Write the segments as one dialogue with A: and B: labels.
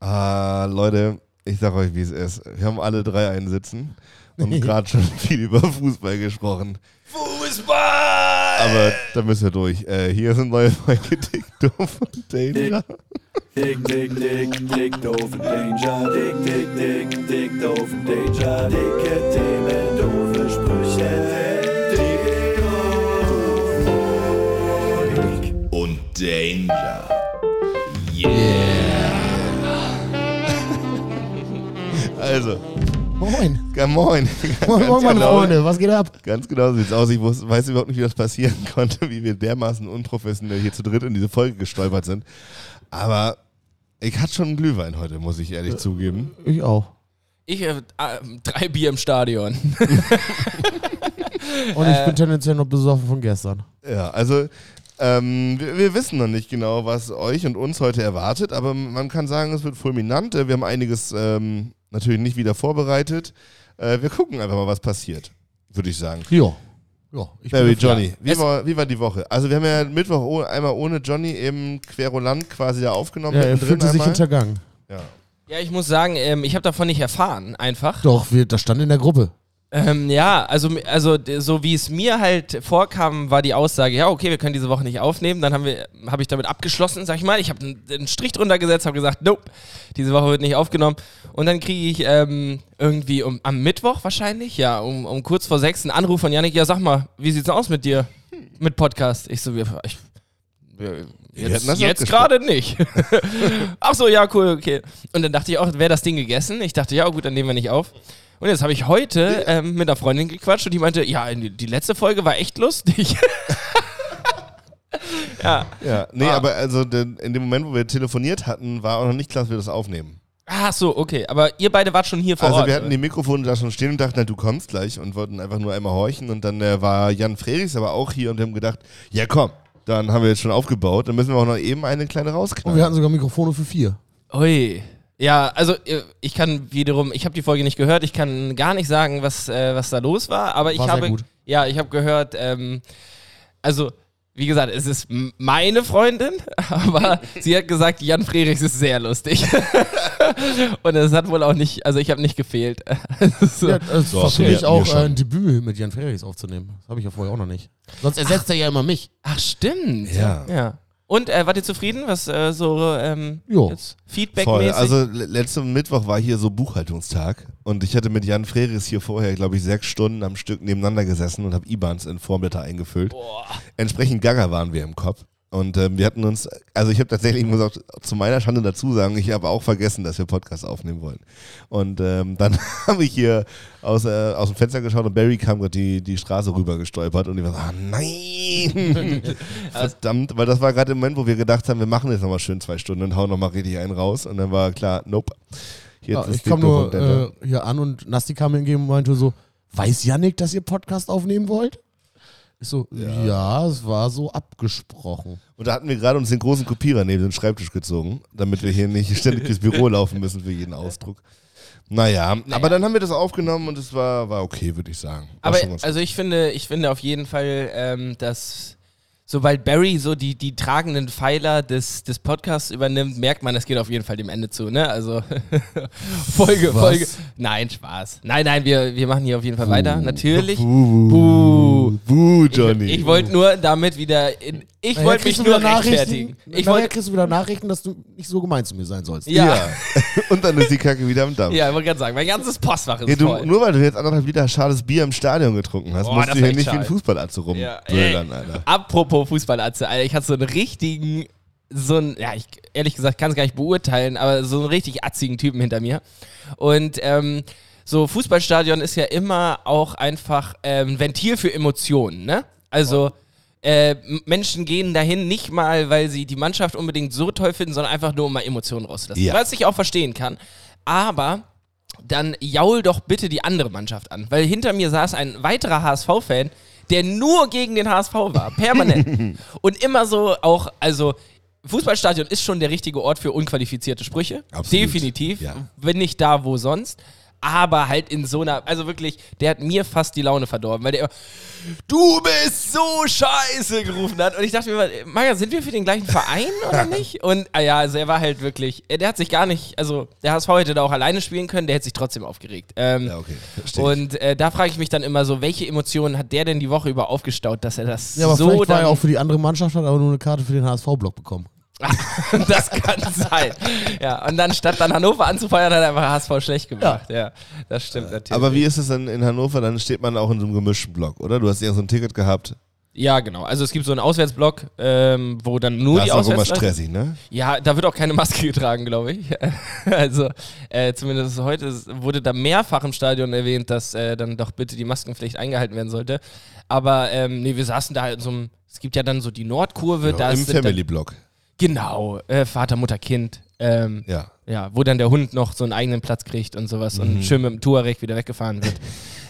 A: Ah, Leute, ich sag euch, wie es ist. Wir haben alle drei einen sitzen und gerade schon viel über Fußball gesprochen.
B: Fußball!
A: Aber da müssen wir durch. Äh, hier sind neue Folge Dick Doof und Danger.
B: Dick, dick, dick, dick, doofen Danger. Dick, dick, dick, dick, doofen Danger. Dicke Themen, doofe Sprüche. Dick, doof. Dick und Danger.
A: Also,
C: Moin.
A: ja, moin.
C: Moin, moin, meine
A: genau,
C: Freunde. Was geht ab?
A: Ganz genau sieht's aus. Ich wus- weiß überhaupt nicht, wie das passieren konnte, wie wir dermaßen unprofessionell hier zu dritt in diese Folge gestolpert sind. Aber ich hatte schon einen Glühwein heute, muss ich ehrlich zugeben.
C: Ich auch.
D: Ich äh, äh, drei Bier im Stadion.
C: Und ich bin tendenziell noch besoffen von gestern.
A: Ja, also ähm, wir, wir wissen noch nicht genau, was euch und uns heute erwartet, aber man kann sagen, es wird fulminant. Äh, Wir haben einiges ähm, natürlich nicht wieder vorbereitet. Äh, wir gucken einfach mal, was passiert, würde ich sagen.
C: Ja. Ja, ich
A: Barry
C: bin dafür.
A: Johnny, wie
D: Es-
A: war, wie war die Woche? Also wir haben ja Mittwoch oh, einmal ohne Johnny im Querulant quasi da aufgenommen.
C: Ja, er
A: mittendrin
C: fühlte sich
A: einmal.
C: hintergangen.
A: ja.
D: Ja, ich muss sagen, ähm, ich habe davon nicht erfahren, einfach.
C: Doch, wir, das stand in der Gruppe.
D: Ähm, ja, also, also d- so wie es mir halt vorkam, war die Aussage, ja, okay, wir können diese Woche nicht aufnehmen. Dann habe hab ich damit abgeschlossen, sag ich mal. Ich habe einen, einen Strich drunter gesetzt, habe gesagt, nope, diese Woche wird nicht aufgenommen. Und dann kriege ich ähm, irgendwie um, am Mittwoch wahrscheinlich, ja, um, um kurz vor sechs einen Anruf von Janik, ja, sag mal, wie sieht's denn aus mit dir,
A: Hm.
D: mit Podcast? Ich so, wir, ich, wir,
A: hätten
D: jetzt,
A: das
D: jetzt
A: abgesprochen.
D: gerade nicht. Ach so, ja, cool, okay. Und dann dachte ich auch, wäre das Ding gegessen? Ich dachte, ja, gut, dann nehmen wir nicht auf. Und jetzt habe ich heute ähm, mit einer Freundin gequatscht und die meinte, ja, die, die letzte Folge war echt lustig. ja.
A: ja, nee,
D: Ah.
A: aber also denn in dem Moment, wo wir telefoniert hatten, war auch noch nicht klar, dass wir das aufnehmen.
D: Ach so, okay. Aber ihr beide wart schon hier vor
A: also
D: Ort. ne?
A: wir hatten
D: oder?
A: die Mikrofone da schon stehen und dachten, na, du kommst gleich und wollten einfach nur einmal horchen. Und dann äh, war Jan Frerichs aber auch hier und wir haben gedacht, ja komm, dann haben wir jetzt schon aufgebaut, dann müssen wir auch noch eben eine kleine
C: Und wir
A: rausknallen.
C: hatten sogar Mikrofone für vier.
D: Ui. Ja, also äh, ich kann wiederum, ich habe die Folge nicht gehört, ich kann gar nicht sagen, was, äh, was da los war, aber ich
C: War sehr
D: habe
C: gut.
D: ja, ich habe gehört, ähm, also wie gesagt, es ist m- meine Freundin, aber sie hat gesagt, Jan Frerichs ist sehr lustig. Und es hat wohl auch nicht, also ich habe nicht gefehlt. Also,
C: Ja, das
A: So,
C: war für
A: wir
C: mich
A: hatten
C: auch
A: wir schon.
C: äh, ein Debüt mit Jan Frerichs aufzunehmen. Das habe ich ja vorher auch noch nicht. Sonst ersetzt er ja immer mich.
D: Ach stimmt.
A: Ja.
D: ja. Und äh, wart ihr zufrieden, was äh, so ähm,
C: Jo.
D: jetzt Feedback
A: Voll.
D: mäßig?
A: Also le- letzten Mittwoch war hier so Buchhaltungstag und ich hatte mit Jan Frerichs hier vorher, glaube ich, sechs Stunden am Stück nebeneinander gesessen und habe IBANs in Formblätter eingefüllt.
D: Boah.
A: Entsprechend gaga waren wir im Kopf. Und ähm, wir hatten uns, also ich habe tatsächlich, ich muss auch zu meiner Schande dazu sagen, ich habe auch vergessen, dass wir Podcast aufnehmen wollen. Und ähm, dann habe ich hier aus, äh, aus dem Fenster geschaut und Barry kam gerade die, die Straße rüber gestolpert und ich war so, ah nein!
D: Also
A: Verdammt, weil das war gerade der Moment, wo wir gedacht haben, wir machen jetzt nochmal schön zwei Stunden und hauen nochmal richtig einen raus. Und dann war klar, nope. Jetzt
C: Ja, ich
A: die
C: kam nur
A: Komponente.
C: äh, hier an und Nasti kam mir entgegen und meinte so, weiß Yannick, dass ihr Podcast aufnehmen wollt? Ich so, ja, es war so abgesprochen.
A: Und da hatten wir gerade uns den großen Kopierer neben den Schreibtisch gezogen, damit wir hier nicht ständig durchs Büro laufen müssen für jeden Ausdruck. Naja, aber dann haben wir das aufgenommen und es war, war okay, würde ich sagen. War
D: Aber
A: schon ganz
D: also ich finde, ich finde auf jeden Fall, ähm, dass sobald Barry so die, die tragenden Pfeiler des, des Podcasts übernimmt, merkt man, es geht auf jeden Fall dem Ende zu, ne? Also Folge,
C: Was?
D: Folge. Nein, Spaß. Nein, nein, wir, wir machen hier auf jeden Fall weiter. Natürlich.
A: Buh, buh, Johnny.
D: Ich wollte nur damit wieder. In, ich
C: Nachher
D: wollte
C: kriegst
D: mich
C: du wieder
D: nur rechtfertigen. Ich
C: nachher
D: wollte.
C: kriegst du wieder Nachrichten, dass du nicht so gemein zu mir sein sollst.
D: Ja,
A: und dann ist die Kacke wieder am Dampf.
D: ja, ich wollte gerade sagen, mein ganzes Postfach ist
A: Hey, du,
D: voll.
A: nur weil du jetzt anderthalb Liter schales Bier im Stadion getrunken hast,
D: Boah,
A: musst
D: das
A: du hier
D: war echt
A: nicht wie ein
D: schade.
A: Fußballatze
D: Ja, ey.
A: rumbrüllern, Alter.
D: Apropos Fußballatze, Alter, ich hatte so einen richtigen, so einen, ja, ich ehrlich gesagt kann es gar nicht beurteilen, aber so einen richtig atzigen Typen hinter mir. Und ähm, so Fußballstadion ist ja immer auch einfach ähm, ein Ventil für Emotionen, ne? Also äh, M- Menschen gehen dahin nicht mal, weil sie die Mannschaft unbedingt so toll finden, sondern einfach nur, um mal Emotionen rauszulassen.
A: Ja.
D: Was ich auch verstehen kann. Aber dann jaul doch bitte die andere Mannschaft an. Weil hinter mir saß ein weiterer HSV-Fan, der nur gegen den HSV war, permanent. Und immer so auch, also Fußballstadion ist schon der richtige Ort für unqualifizierte Sprüche.
A: Absolut.
D: Definitiv.
A: Ja.
D: Wenn nicht da, wo sonst. aber halt in so einer, also wirklich, der hat mir fast die Laune verdorben, weil der immer, du bist so scheiße gerufen hat. Und ich dachte mir immer, Maga, sind wir für den gleichen Verein oder nicht? Und ah ja, also er war halt wirklich, äh, der hat sich gar nicht, also der HSV hätte da auch alleine spielen können, der hätte sich trotzdem aufgeregt. Ähm,
A: Ja, okay. Verstehe ich.
D: Und äh, da frage ich mich dann immer so, welche Emotionen hat der denn die Woche über aufgestaut, dass er das
C: Ja, aber
D: so
C: vielleicht war
D: dann,
C: er auch für die andere Mannschaft, hat aber nur eine Karte für den HSV-Block bekommen.
D: das kann sein. Ja, und dann statt dann Hannover anzufeiern, hat er einfach HSV schlecht gemacht. Ja, das stimmt natürlich.
A: Aber wie ist es denn in Hannover? Dann steht man auch in so einem gemischten Block, oder? Du hast ja so ein Ticket gehabt.
D: ja, genau. Also es gibt so einen Auswärtsblock, ähm, wo dann nur
A: Da
D: die
A: ist auch immer
D: Auswärtsleute...
A: stressig, ne?
D: Ja, da wird auch keine Maske getragen, glaube ich. Also äh, zumindest heute ist- wurde da mehrfach im Stadion erwähnt, dass äh, dann doch bitte die Maskenpflicht eingehalten werden sollte. Aber ähm, nee, wir saßen da in so einem... Es gibt ja dann so die Nordkurve. da
A: Genau, Im
D: sind dann-
A: Family-Block.
D: Genau, äh, Vater, Mutter, Kind. Ähm,
A: Ja.
D: ja, wo dann der Hund noch so einen eigenen Platz kriegt und sowas
A: Mhm.
D: und schön mit dem Tuareg wieder weggefahren wird.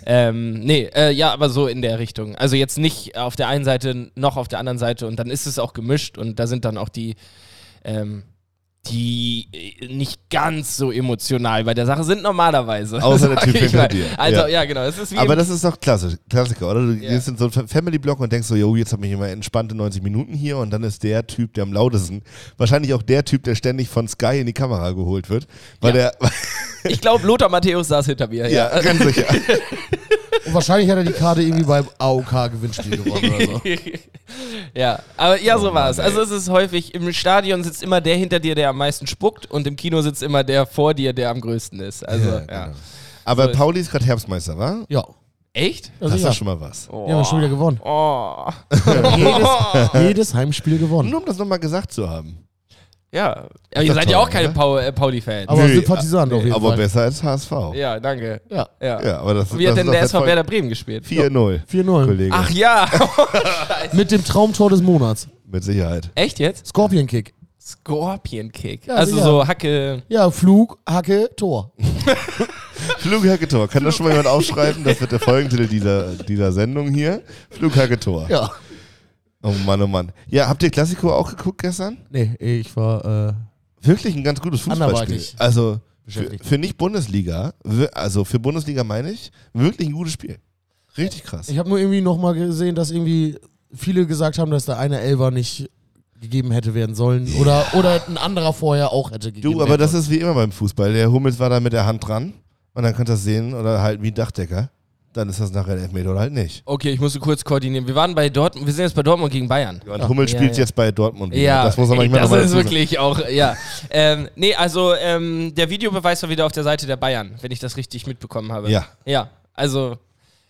D: ähm, nee, äh, ja, aber so in der Richtung. Also jetzt nicht auf der einen Seite noch auf der anderen Seite und dann ist es auch gemischt und da sind dann auch die, ähm, die äh, nicht ganz so emotional bei der Sache sind normalerweise.
A: Außer der
D: Sag
A: Typ
D: ich
A: hinter
D: mal.
A: dir.
D: Also
A: Ja.
D: ja, genau. Es ist wie
A: Aber
D: im-
A: das ist doch klassisch, Klassiker, oder? Du
D: Ja.
A: gehst in so einen Family-Block und denkst so, jo, jetzt habe ich immer entspannte 90 Minuten hier und dann ist der Typ, der am lautesten, wahrscheinlich auch der Typ, der ständig von Sky in die Kamera geholt wird, weil
D: Ja.
A: der,
D: ich glaube, Lothar Matthäus saß hinter mir. Ja.
A: ja, ganz sicher.
C: Und wahrscheinlich hat er die Karte irgendwie beim AOK-Gewinnspiel gewonnen oder so.
D: Ja, aber ja, so war es. Also es ist häufig, im Stadion sitzt immer der hinter dir, der am meisten spuckt und im Kino sitzt immer der vor dir, der am größten ist. Also, ja.
A: genau. Aber Pauli ist gerade Herbstmeister,
D: Also
A: wa?
C: Ja.
D: Echt?
A: Das ist
C: ja.
A: ja schon mal was.
C: Die haben wir schon wieder gewonnen.
D: Oh.
C: Jedes Heimspiel gewonnen.
A: Nur um das nochmal gesagt zu haben.
D: Ja. Aber ihr seid ja
A: toll,
D: auch keine
A: ne?
D: Pau- äh, Pauli-Fans.
C: ah, Aber
A: Nee,
C: Sympathisant auf jeden
A: Aber
C: Fall.
A: besser als HSV. Ja,
D: ja, danke.
C: Ja.
D: Ja.
A: aber das
D: Wie
A: das
D: hat denn
A: ist
D: der
A: doch
D: SV
A: voll-
D: Werder Bremen gespielt?
A: 4-0,
C: 4-0.
A: Kollege.
D: Ach ja.
C: Mit dem Traumtor des Monats.
A: Mit Sicherheit.
D: Echt jetzt?
C: Scorpion Kick.
D: Scorpion-Kick.
C: Ja,
D: also
C: sicher.
D: so Hacke.
C: Ja, Flug, Hacke, Tor.
A: Flughacketor. Kann das schon mal jemand aufschreiben? Das wird der Folgentitel dieser, dieser Sendung hier. Flughacketor.
C: Ja.
A: Oh Mann, oh Mann. Ja, habt ihr Klassiko auch geguckt gestern?
C: Nee, ich war, äh,
A: Wirklich ein ganz gutes Fußballspiel.
C: Anderweitig.
A: Also für,
C: Beschäftigt.
A: für nicht Bundesliga, wir- also für Bundesliga meine ich, wirklich ein gutes Spiel. Richtig krass.
C: ich habe nur irgendwie nochmal gesehen, dass irgendwie viele gesagt haben, dass der eine Elfer nicht gegeben hätte werden sollen. Oder, oder ein anderer vorher auch hätte gegeben.
A: Du, aber das
C: werden
A: ist wie immer beim Fußball. Der Hummels war da mit der Hand dran und dann könnt ihr das sehen oder halt wie ein Dachdecker. Dann ist das nachher ein Elfmeter oder halt nicht.
D: Okay, ich musste kurz koordinieren. Wir waren bei Dortmund, wir sind jetzt bei Dortmund gegen Bayern.
A: Und Hummels
D: ja,
A: spielt
D: ja.
A: jetzt bei Dortmund. wieder.
D: Ja,
A: das muss man
D: ey,
A: manchmal
D: das
A: noch mal
D: ist
A: dazu sagen.
D: wirklich auch, ja. ähm, nee, also ähm, der Videobeweis war wieder auf der Seite der Bayern, wenn ich das richtig mitbekommen habe.
A: Ja.
D: Ja, also
C: sollen.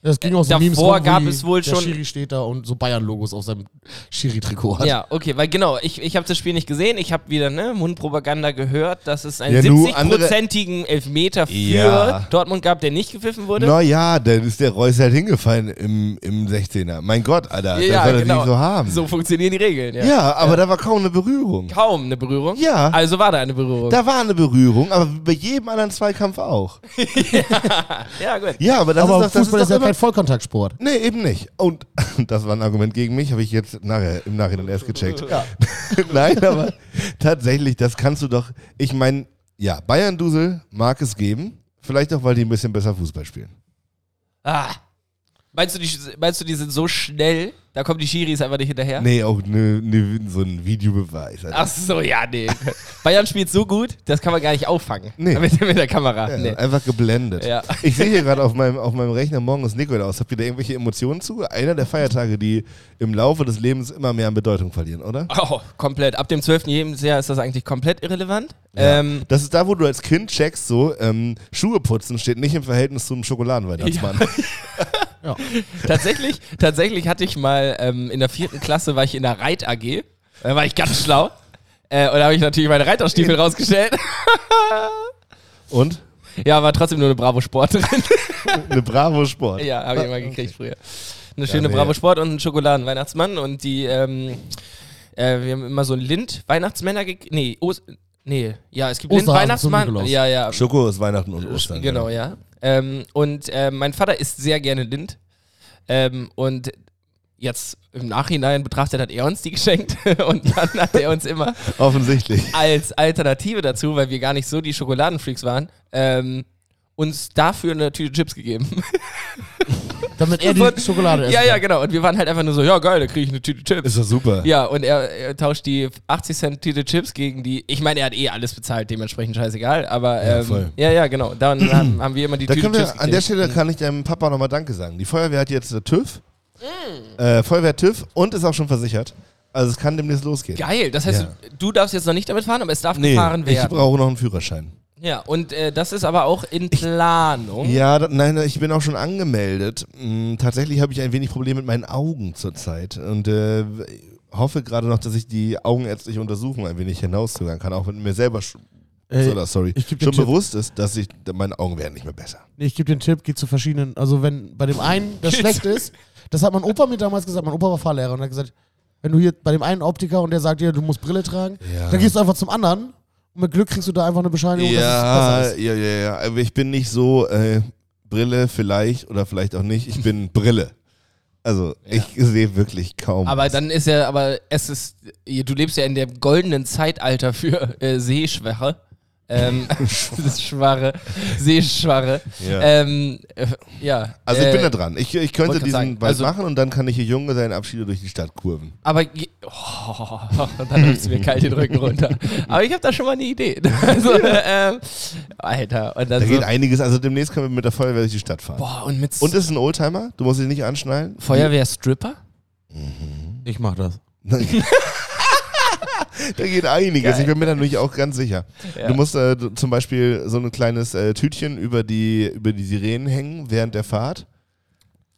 C: das ging auch so
D: davor
C: Memes rum, wo
D: gab
C: die-
D: es wohl
C: der
D: schon-
C: Schiri steht da und so Bayern-Logos auf seinem Schiri-Trikot hat.
D: Ja, okay, weil genau, ich, ich habe das Spiel nicht gesehen, ich habe wieder ne, Mundpropaganda gehört, dass es einen
A: Ja, nu,
D: 70-prozentigen Elfmeter für
A: Ja.
D: Dortmund gab, der nicht gepfiffen wurde.
A: Naja, dann ist der Reus halt hingefallen im, im 16er. Mein Gott, Alter, das soll er nicht so haben.
D: genau. So funktionieren die Regeln, ja.
A: ja. aber da war kaum eine Berührung.
D: Kaum eine Berührung.
A: Ja.
D: Also war da eine Berührung.
A: Da war eine Berührung, aber bei jedem anderen Zweikampf auch.
D: ja, gut.
A: Ja, aber das
C: aber
A: ist doch, das
C: Fußball ist,
A: ist doch
C: ja
A: immer,
C: kein Vollkontaktsport.
A: Nee, eben nicht. Und das war ein Argument gegen mich, habe ich jetzt nachher, im Nachhinein erst gecheckt. Nein, aber tatsächlich, das kannst du doch. Ich meine, ja, Bayern-Dusel mag es geben. Vielleicht auch, weil die ein bisschen besser Fußball spielen.
D: Ah. Meinst du, die, meinst du, die sind so schnell, da kommen die Schiris einfach nicht hinterher?
A: Nee, auch ne, ne, so ein Videobeweis. Also,
D: Ach so, ja, nee. Bayern spielt so gut, das kann man gar nicht auffangen.
A: Nee.
D: Mit, mit der Kamera.
A: ja,
D: nee.
A: Einfach geblendet.
D: Ja.
A: Ich sehe hier gerade auf meinem, auf meinem Rechner, morgen ist Nikolaus. Habt ihr da irgendwelche Emotionen zu? Einer der Feiertage, die im Laufe des Lebens immer mehr an Bedeutung verlieren, oder?
D: Oh, komplett. Ab dem 12. Lebensjahr ist das eigentlich komplett irrelevant.
A: Ja.
D: Ähm,
A: das ist da, wo du als Kind checkst, so ähm, Schuhe putzen steht nicht im Verhältnis zum Schokoladenweihnachtsmann.
D: tatsächlich, tatsächlich hatte ich mal ähm, in der vierten Klasse war ich in der Reit AG. Da war ich ganz schlau. Äh, und da habe ich natürlich meine Reiterstiefel rausgestellt.
A: Und
D: Ja, war trotzdem nur eine Bravo Sport drin.
A: eine Bravo Sport.
D: ja, habe ich immer gekriegt früher. Eine schöne
A: nee.
D: Bravo Sport und einen Schokoladen-Weihnachtsmann. Und die, ähm, äh, wir haben immer so einen Lind-Weihnachtsmänner gekriegt. Nee, Ost nee, ja, es gibt
C: Osterhasen zum
D: Lind-Weihnachtsmann.
C: Nikolaus.
D: Ja, ja,
A: Schoko ist Weihnachten und Ostern.
D: Genau, ja. Ähm, und äh, mein Vater isst sehr gerne Lind. Ähm, und jetzt im Nachhinein betrachtet hat er uns die geschenkt. und dann hat er uns immer
A: Offensichtlich.
D: als Alternative dazu, weil wir gar nicht so die Schokoladenfreaks waren, ähm, uns dafür eine Tüte Chips gegeben.
C: Damit er
D: Sofort-
C: die Schokolade essen
D: ja, ja,
C: kann.
D: genau. Und wir waren halt einfach nur so, ja geil, da kriege ich eine Tüte Chips.
A: Ist doch super.
D: Ja, und er, er tauscht die 80 Cent Tüte Chips gegen die, ich meine, er hat eh alles bezahlt, dementsprechend scheißegal, aber
A: Ja,
D: ähm, ja,
A: voll.
D: ja, genau. Dann haben, haben wir immer die
A: Da
D: Tüte
A: können
D: Chips
A: wir, an der
D: gekriegt.
A: Stelle kann ich deinem Papa nochmal Danke sagen. Die Feuerwehr hat jetzt äh, TÜV.
D: Mm.
A: Äh, Feuerwehr TÜV und ist auch schon versichert. Also es kann demnächst losgehen.
D: Geil, das heißt,
A: Ja.
D: du darfst jetzt noch nicht damit fahren, aber es darf
A: Nee,
D: gefahren
A: ich
D: werden.
A: brauche noch einen Führerschein.
D: Ja, und äh, das ist aber auch in Planung.
A: Ja, da, nein, ich bin auch schon angemeldet. Mm, tatsächlich habe ich ein wenig Probleme mit meinen Augen zurzeit und äh, hoffe gerade noch, dass ich die augenärztliche Untersuchung ein wenig hinauszögern kann, auch wenn mir selber sch
D: genau.
C: Ey,
A: oder, sorry,
C: ich geb dir
A: schon
C: Tipp.
A: bewusst ist, dass ich meine Augen werden nicht mehr besser.
C: Nee, ich gebe dir einen Tipp, geh zu verschiedenen. Also wenn bei dem einen das schlecht ist, das hat mein Opa mir damals gesagt, mein Opa war Fahrlehrer und hat gesagt, wenn du hier bei dem einen Optiker und der sagt dir, du musst Brille tragen,
A: Ja.
C: dann gehst du einfach zum anderen und mit Glück kriegst du da einfach eine Bescheinigung, dass es besser ist.
A: ja, ja, ja. Aber ich bin nicht so äh, Brille vielleicht oder vielleicht auch nicht. Ich bin Brille. Also ich sehe wirklich kaum.
D: Aber
A: was.
D: dann ist ja, aber es ist, du lebst ja in dem goldenen Zeitalter für äh, Sehschwache. Ähm, das Schwache, Sehschwache.
A: Ja.
D: Ähm, äh, ja.
A: also ich
D: äh,
A: bin da dran. Ich, ich könnte
D: wollte grad
A: diesen
D: sagen,
A: bald
D: also-
A: machen und dann kann ich hier Junge seinen Abschiede durch die Stadt kurven.
D: Aber je- oh, dann läuft es mir kalt den Rücken runter. Aber ich habe da schon mal eine Idee. Also, ähm, Alter. Und dann
A: Da
D: so,
A: geht einiges. Also demnächst können wir mit der Feuerwehr durch die Stadt fahren.
D: boah, und mit
A: Und ist ein Oldtimer. Du musst dich nicht anschnallen.
D: Feuerwehrstripper?
C: Ich mach das.
A: da geht einiges.
D: Geil.
A: Ich bin mir da nämlich auch ganz sicher.
D: Ja.
A: Du musst äh, d- zum Beispiel so ein kleines äh, Tütchen über die, über die Sirenen hängen während der Fahrt.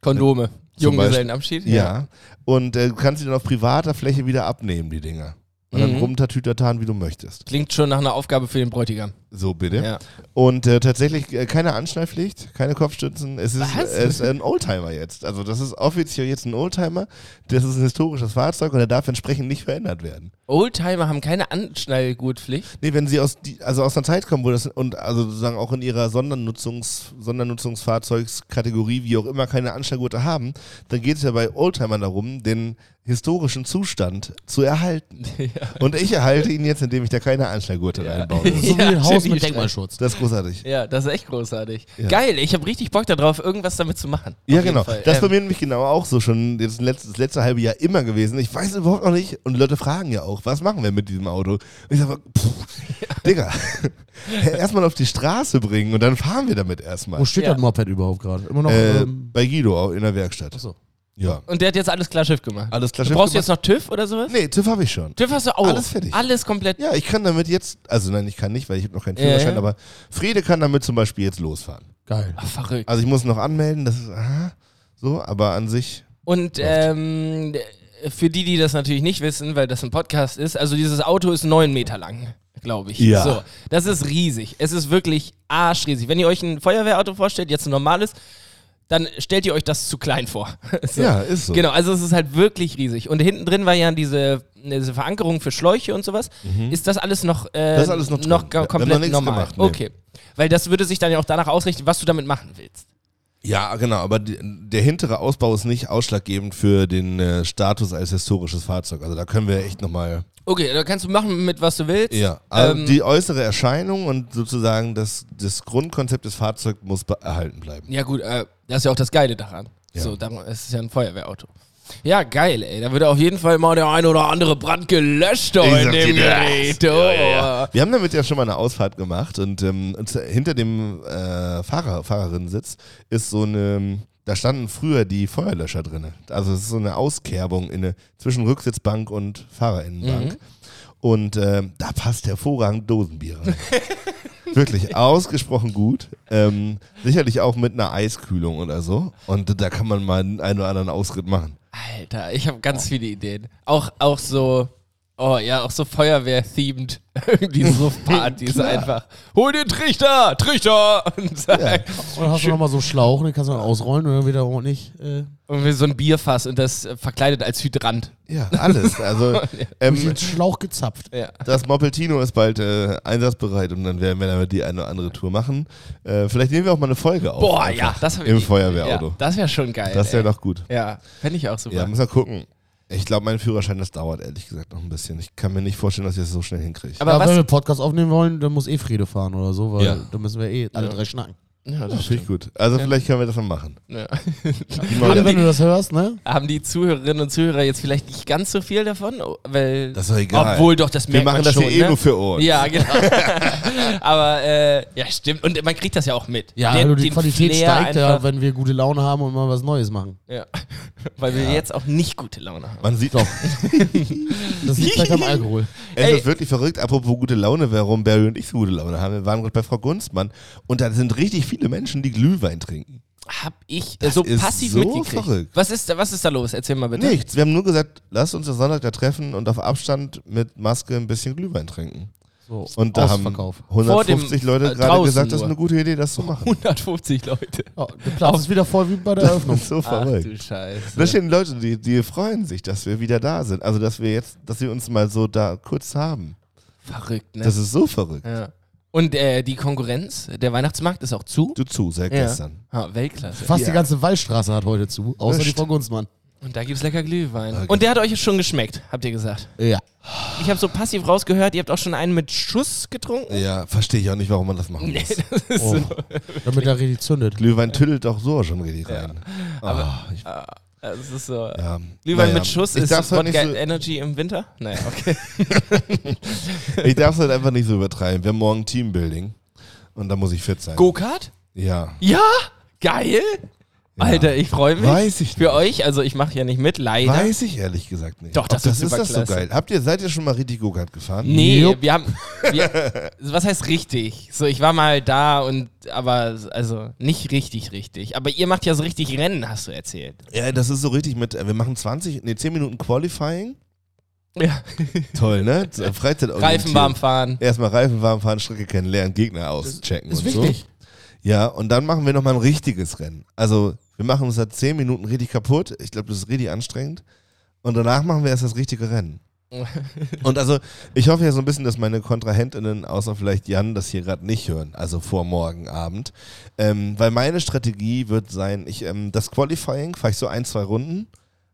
D: Kondome.
A: Zum Beispiel.
D: Junggesellenabschied?
A: Ja. Und äh, du kannst sie dann auf privater Fläche wieder abnehmen, die Dinger. Und dann
D: Mhm.
A: rumtatütatan, wie du möchtest.
D: Klingt schon nach einer Aufgabe für den Bräutigam.
A: So bitte.
D: Ja.
A: Und äh, tatsächlich äh, keine Anschnallpflicht, keine Kopfstützen. Es ist, äh,
D: Was?
A: es ist ein Oldtimer jetzt. Also das ist offiziell jetzt ein Oldtimer. Das ist ein historisches Fahrzeug und er darf entsprechend nicht verändert werden.
D: Oldtimer haben keine Anschnallgutpflicht.
A: Nee, wenn sie aus, die, also aus einer Zeit kommen, wo das und also sozusagen auch in ihrer Sondernutzungs, Sondernutzungsfahrzeugskategorie, wie auch immer, keine Anschnallgurte haben, dann geht es ja bei Oldtimern darum, den historischen Zustand zu erhalten. Und ich erhalte ihn jetzt, indem ich da keine Anschnallgurte reinbaue. Das ist-
C: So wie ein
D: Ja,
C: Haus
D: Genie
C: mit
D: schlecht.
C: Denkmalschutz.
A: Das ist großartig.
D: Ja, das ist echt großartig.
A: Ja.
D: Geil, ich habe richtig Bock darauf, irgendwas damit zu machen.
A: Ja,
D: Auf jeden
A: genau.
D: Fall.
A: Das ist bei
D: Ähm,
A: mir nämlich genau auch so schon jetzt letzt- das letzte halbe Jahr immer gewesen. Ich weiß überhaupt noch nicht. Und Leute fragen ja auch, was machen wir mit diesem Auto? Und ich sage, pff, Digga, erstmal auf die Straße bringen und dann fahren wir damit erstmal.
C: Wo steht
D: Ja.
C: das Moped überhaupt gerade? Immer noch
A: Äh,
C: ähm,
A: bei Guido auch in der Werkstatt.
C: Achso.
A: Ja.
D: und der hat jetzt alles klar Schiff gemacht.
A: Alles klar.
D: du
A: Schiff
D: brauchst
A: gemacht.
D: jetzt noch TÜV oder sowas?
A: Nee, TÜV habe ich schon.
D: TÜV hast du auch.
A: Alles fertig.
D: Alles komplett.
A: Ja, ich kann damit jetzt, also nein, ich kann nicht, weil ich habe noch keinen
D: Ja, ja.
A: Führerschein, aber Frede kann damit zum Beispiel jetzt losfahren.
C: Geil.
D: Ach, verrückt.
A: Also ich muss noch anmelden, das ist aha, so, aber an sich,
D: Und ähm, für die, die das natürlich nicht wissen, weil das ein Podcast ist, also dieses Auto ist neun Meter lang, glaube ich.
A: Ja.
D: So, das ist riesig. Es ist wirklich arschriesig. Wenn ihr euch ein Feuerwehrauto vorstellt, jetzt ein normales, dann stellt ihr euch das zu klein vor. so.
A: ja, ist so.
D: Genau, also es ist halt wirklich riesig. Und hinten drin war ja diese, diese Verankerung für Schläuche und sowas. Ist das alles noch, äh,
A: Mhm. Das ist alles noch drin.
D: noch
A: Wir
D: ga-
A: haben
D: komplett
A: noch nichts
D: normal?
A: gemacht, nee.
D: Okay. Weil das würde sich dann ja auch danach ausrichten, was du damit machen willst.
A: Ja, genau, aber die, der hintere Ausbau ist nicht ausschlaggebend für den äh, Status als historisches Fahrzeug. Also da können wir echt nochmal.
D: Okay, da kannst du machen mit, was du willst.
A: Ja, also
D: Ähm,
A: die äußere Erscheinung und sozusagen das, das Grundkonzept des Fahrzeugs muss be- erhalten bleiben.
D: Ja, gut, äh, das ist ja auch das Geile daran.
A: Ja.
D: So, darum, es ist ja ein Feuerwehrauto. Ja, geil, ey. Da würde auf jeden Fall mal der ein oder andere Brand gelöscht oh,
A: Ich
D: in
A: sag
D: dem
A: dir das.
D: Gerät. Oh.
A: Wir haben damit ja schon mal eine Ausfahrt gemacht und ähm, und hinter dem äh, Fahrer, Fahrerinnensitz ist so eine, da standen früher die Feuerlöscher drin. Also es ist so eine Auskerbung in eine, zwischen Rücksitzbank und Fahrerinnenbank. Und ähm, da passt hervorragend Dosenbier rein. Wirklich ausgesprochen gut. Ähm, sicherlich auch mit einer Eiskühlung oder so. Und da kann man mal einen oder anderen Ausritt machen.
D: Alter, ich habe
A: Oh.
D: ganz viele Ideen. Auch, auch so, oh ja, auch so Feuerwehr-themed. Irgendwie so Partys
A: Klar.
D: einfach. Hol den Trichter, Trichter! Und, sag,
C: Und dann hast du nochmal so Schlauch, den kannst du dann ausrollen oder wieder auch nicht. Äh,
D: und wir so ein Bierfass und das äh, verkleidet als Hydrant.
A: Ja, alles. Also
C: durch
A: ähm,
C: den Schlauch gezapft.
D: Ja.
A: Das Moppeltino ist bald äh, einsatzbereit und dann werden wir damit die eine oder andere Tour machen. Äh, vielleicht nehmen wir auch mal eine Folge auf.
D: Boah,
A: einfach
D: ja, das hab ich
A: Im
D: nie-
A: Feuerwehrauto.
D: Ja, das wäre schon geil.
A: das wäre
D: ey.
A: doch gut.
D: Ja, fände ich auch super.
A: Ja, müssen wir gucken. Ich glaube, mein Führerschein, das dauert ehrlich gesagt noch ein bisschen. Ich kann mir nicht vorstellen, dass ich das so schnell hinkriege.
D: Aber
C: ja,
D: was,
C: wenn wir Podcast aufnehmen wollen, dann muss eh Frede fahren oder so, weil
A: Ja.
C: da müssen wir eh alle
D: Ja.
C: drei schnacken.
D: Ja, das
A: Finde ich gut. Also vielleicht können wir das mal machen.
D: Ja.
A: Die mal-
C: Gerade wenn du das hörst, ne?
D: Haben die Zuhörerinnen und Zuhörer jetzt vielleicht nicht ganz so viel davon? Oh, Weil
A: Das ist doch egal.
D: Obwohl doch, das
A: wir
D: merkt
A: machen
D: man
A: das
D: schon,
A: hier eh
D: ne?
A: nur für uns.
D: Ja, genau. Aber äh, ja, stimmt. Und man kriegt das ja auch mit.
C: Ja,
D: Den-
C: hallo, die
D: den
C: Qualität
D: Flair
C: steigt ja,
D: einfach.
C: wenn wir gute Laune haben und mal was Neues machen.
D: ja. Weil wir jetzt auch nicht gute Laune haben.
A: Man sieht doch,
C: Das liegt vielleicht am Alkohol.
A: es
D: Ey.
A: ist wirklich verrückt, apropos gute Laune, warum Barry und ich so gute Laune haben. Wir waren gerade bei Frau Gunstmann und da sind richtig viele Menschen, die Glühwein trinken.
D: Hab ich äh,
A: Das
D: so
A: ist
D: passiv
A: so
D: mitgekriegt.
A: verrückt.
D: Was ist, da- was ist da los? Erzähl mal bitte.
A: Nichts. Wir haben nur gesagt, lasst uns am Sonntag da treffen und auf Abstand mit Maske ein bisschen Glühwein trinken.
C: So,
A: Und da haben
C: Ausverkauf.
A: 150
D: Vor dem-
A: Leute
D: äh,
A: gerade
D: draußen
A: gesagt, das ist
D: nur. Oh,
A: eine gute Idee, das zu machen.
D: 150 Leute.
C: Ja, der Platz ist wieder voll wie bei der Eröffnung.
A: so
D: Ach
A: verrückt.
D: du Scheiße.
A: Da stehen Leute, die, die freuen sich, dass wir wieder da sind. Also, dass wir jetzt, dass wir uns mal so da kurz haben.
D: verrückt, ne?
A: Das ist so verrückt.
D: ja. Und äh, die Konkurrenz, der Weihnachtsmarkt ist auch zu.
A: Du zu, seit
D: Ja.
A: gestern.
D: Ah, Weltklasse.
C: Fast
A: Ja.
C: die ganze Wallstraße hat heute zu, außer die
A: Echt?
C: Frau Gunzmann.
D: Und da gibt's lecker Glühwein.
A: Okay.
D: Und der hat euch schon geschmeckt, habt ihr gesagt.
C: Ja.
D: Ich habe so passiv rausgehört, ihr habt auch schon einen mit Schuss getrunken.
A: Ja, verstehe ich auch nicht, warum man das machen muss.
C: Oh. Damit er richtig zündet.
A: Glühwein tüttelt auch so schon richtig rein.
D: Aber-
A: Ah, ich,
D: Ah, Es ist so.
A: ja.
D: Glühwein
A: Naja,
D: mit Schuss
A: ich
D: ist
A: darf's halt
D: Wodka
A: nicht so,
D: Energy im Winter? Naja, okay.
A: Ich darf es halt einfach nicht so übertreiben. Wir haben morgen Teambuilding und da muss ich fit sein.
D: Go-Kart?
A: Ja.
D: Ja! Geil! Alter, ich freue mich.
A: Weiß ich
D: Für euch, also ich mache ja nicht mit, leider.
A: Weiß ich ehrlich gesagt nicht.
D: Doch, das
A: Ob das
D: ist
A: ist das so
D: superklasse.
A: geil. Habt ihr, seid ihr schon mal richtig Go-Kart gefahren?
D: Nee,
C: Jupp.
D: wir haben. Wir, was heißt richtig? So, ich war mal da und aber also nicht richtig, richtig. Aber ihr macht ja so richtig Rennen, hast du erzählt.
A: Ja, das ist so richtig mit, äh, wir machen 20, nee, 10 Minuten Qualifying.
D: Ja.
A: Toll, ne? So, Freizeit
D: Reifen warm fahren.
A: Erstmal Reifen warm fahren, Strecke kennenlernen, Gegner auschecken
C: Ist
A: und
C: wichtig.
A: so. Ja, und dann machen wir nochmal ein richtiges Rennen. Also, wir machen uns da 10 Minuten richtig kaputt. Ich glaube, das ist richtig anstrengend. Und danach machen wir erst das richtige Rennen. Und also, ich hoffe ja so ein bisschen, dass meine Kontrahentinnen, außer vielleicht Jan, das hier gerade nicht hören, also vor morgen Abend. Ähm, weil meine Strategie wird sein, ich, ähm, das Qualifying fahre ich so ein, zwei Runden.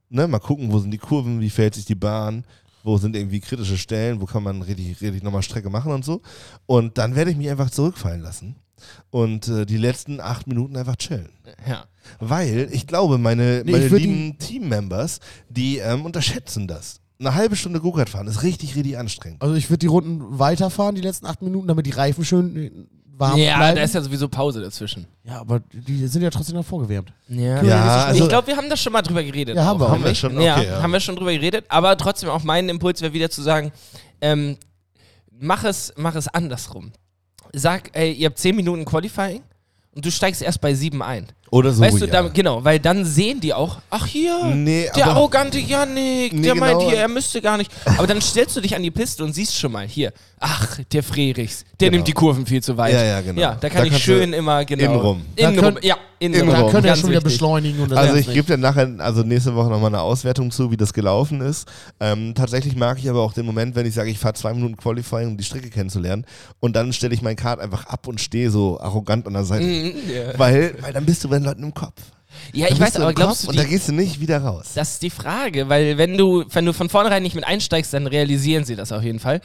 A: Ne? Mal gucken, wo sind die Kurven, wie verhält sich die Bahn, wo sind irgendwie kritische Stellen, wo kann man richtig, richtig nochmal Strecke machen und so. Und dann werde ich mich einfach zurückfallen lassen und äh, die letzten acht Minuten einfach chillen.
D: Ja.
A: Weil ich glaube, meine,
C: Nee,
A: meine
C: ich würd
A: lieben Teammembers, die ähm, unterschätzen das. Eine halbe Stunde Go-Kart fahren ist richtig, richtig anstrengend.
C: Also ich würde die Runden weiterfahren, die letzten acht Minuten, damit die Reifen schön äh, warm
D: Ja,
C: bleiben.
D: da ist ja sowieso Pause dazwischen.
C: ja, aber die sind ja trotzdem noch vorgewärmt.
D: Ja.
A: Ja, also-
D: ich glaube, wir haben das schon mal drüber geredet.
C: Ja, haben
D: auch,
C: wir auch.
A: Haben wir
D: nicht?
A: schon?
D: ja,
A: Okay, ja.
D: haben wir schon drüber geredet. Aber trotzdem auch mein Impuls wäre wieder zu sagen, ähm, mach, es, mach es andersrum. Sag, ey, ihr habt 10 Minuten Qualifying und du steigst erst bei 7 ein.
A: Oder so.
D: Weißt du,
A: Oh ja.
D: da, genau, weil dann sehen die auch, ach hier,
A: Nee,
D: der
A: aber-
D: arrogante Yannick,
A: Nee,
D: der
A: genau.
D: meint hier, er müsste gar nicht. Aber dann stellst du dich an die Piste und siehst schon mal, hier, ach, der Frerichs, der
A: Genau.
D: nimmt die Kurven viel zu weit.
A: Ja, ja, genau.
D: Ja, da
A: Da
D: kann ich
A: kannst
D: schön
A: du
D: immer, genau.
A: innenrum.
C: Da
D: Innenrum,
C: können-
D: ja,
A: Innenrum.
D: innenrum.
C: Da können wir ja
D: Ganz
C: schon wieder
D: wichtig.
C: beschleunigen. Und das
A: Also
C: nervt
A: ich
C: nicht.
A: gebe dann nachher, also nächste Woche nochmal eine Auswertung zu, wie das gelaufen ist. Ähm, tatsächlich mag ich aber auch den Moment, wenn ich sage, ich fahre zwei Minuten Qualifying, um die Strecke kennenzulernen. Und dann stelle ich mein Kart einfach ab und stehe so arrogant an der Seite.
D: Mhm, ja.
A: Weil, weil dann bist du bei den Leuten im Kopf. Dann
D: Ja, ich
A: bist
D: weiß,
A: du im
D: aber glaubst
A: Kopf
D: du,
A: Und da
D: die,
A: gehst du nicht wieder raus.
D: das ist die Frage, weil wenn du, wenn du von vornherein nicht mit einsteigst, dann realisieren sie das auf jeden Fall.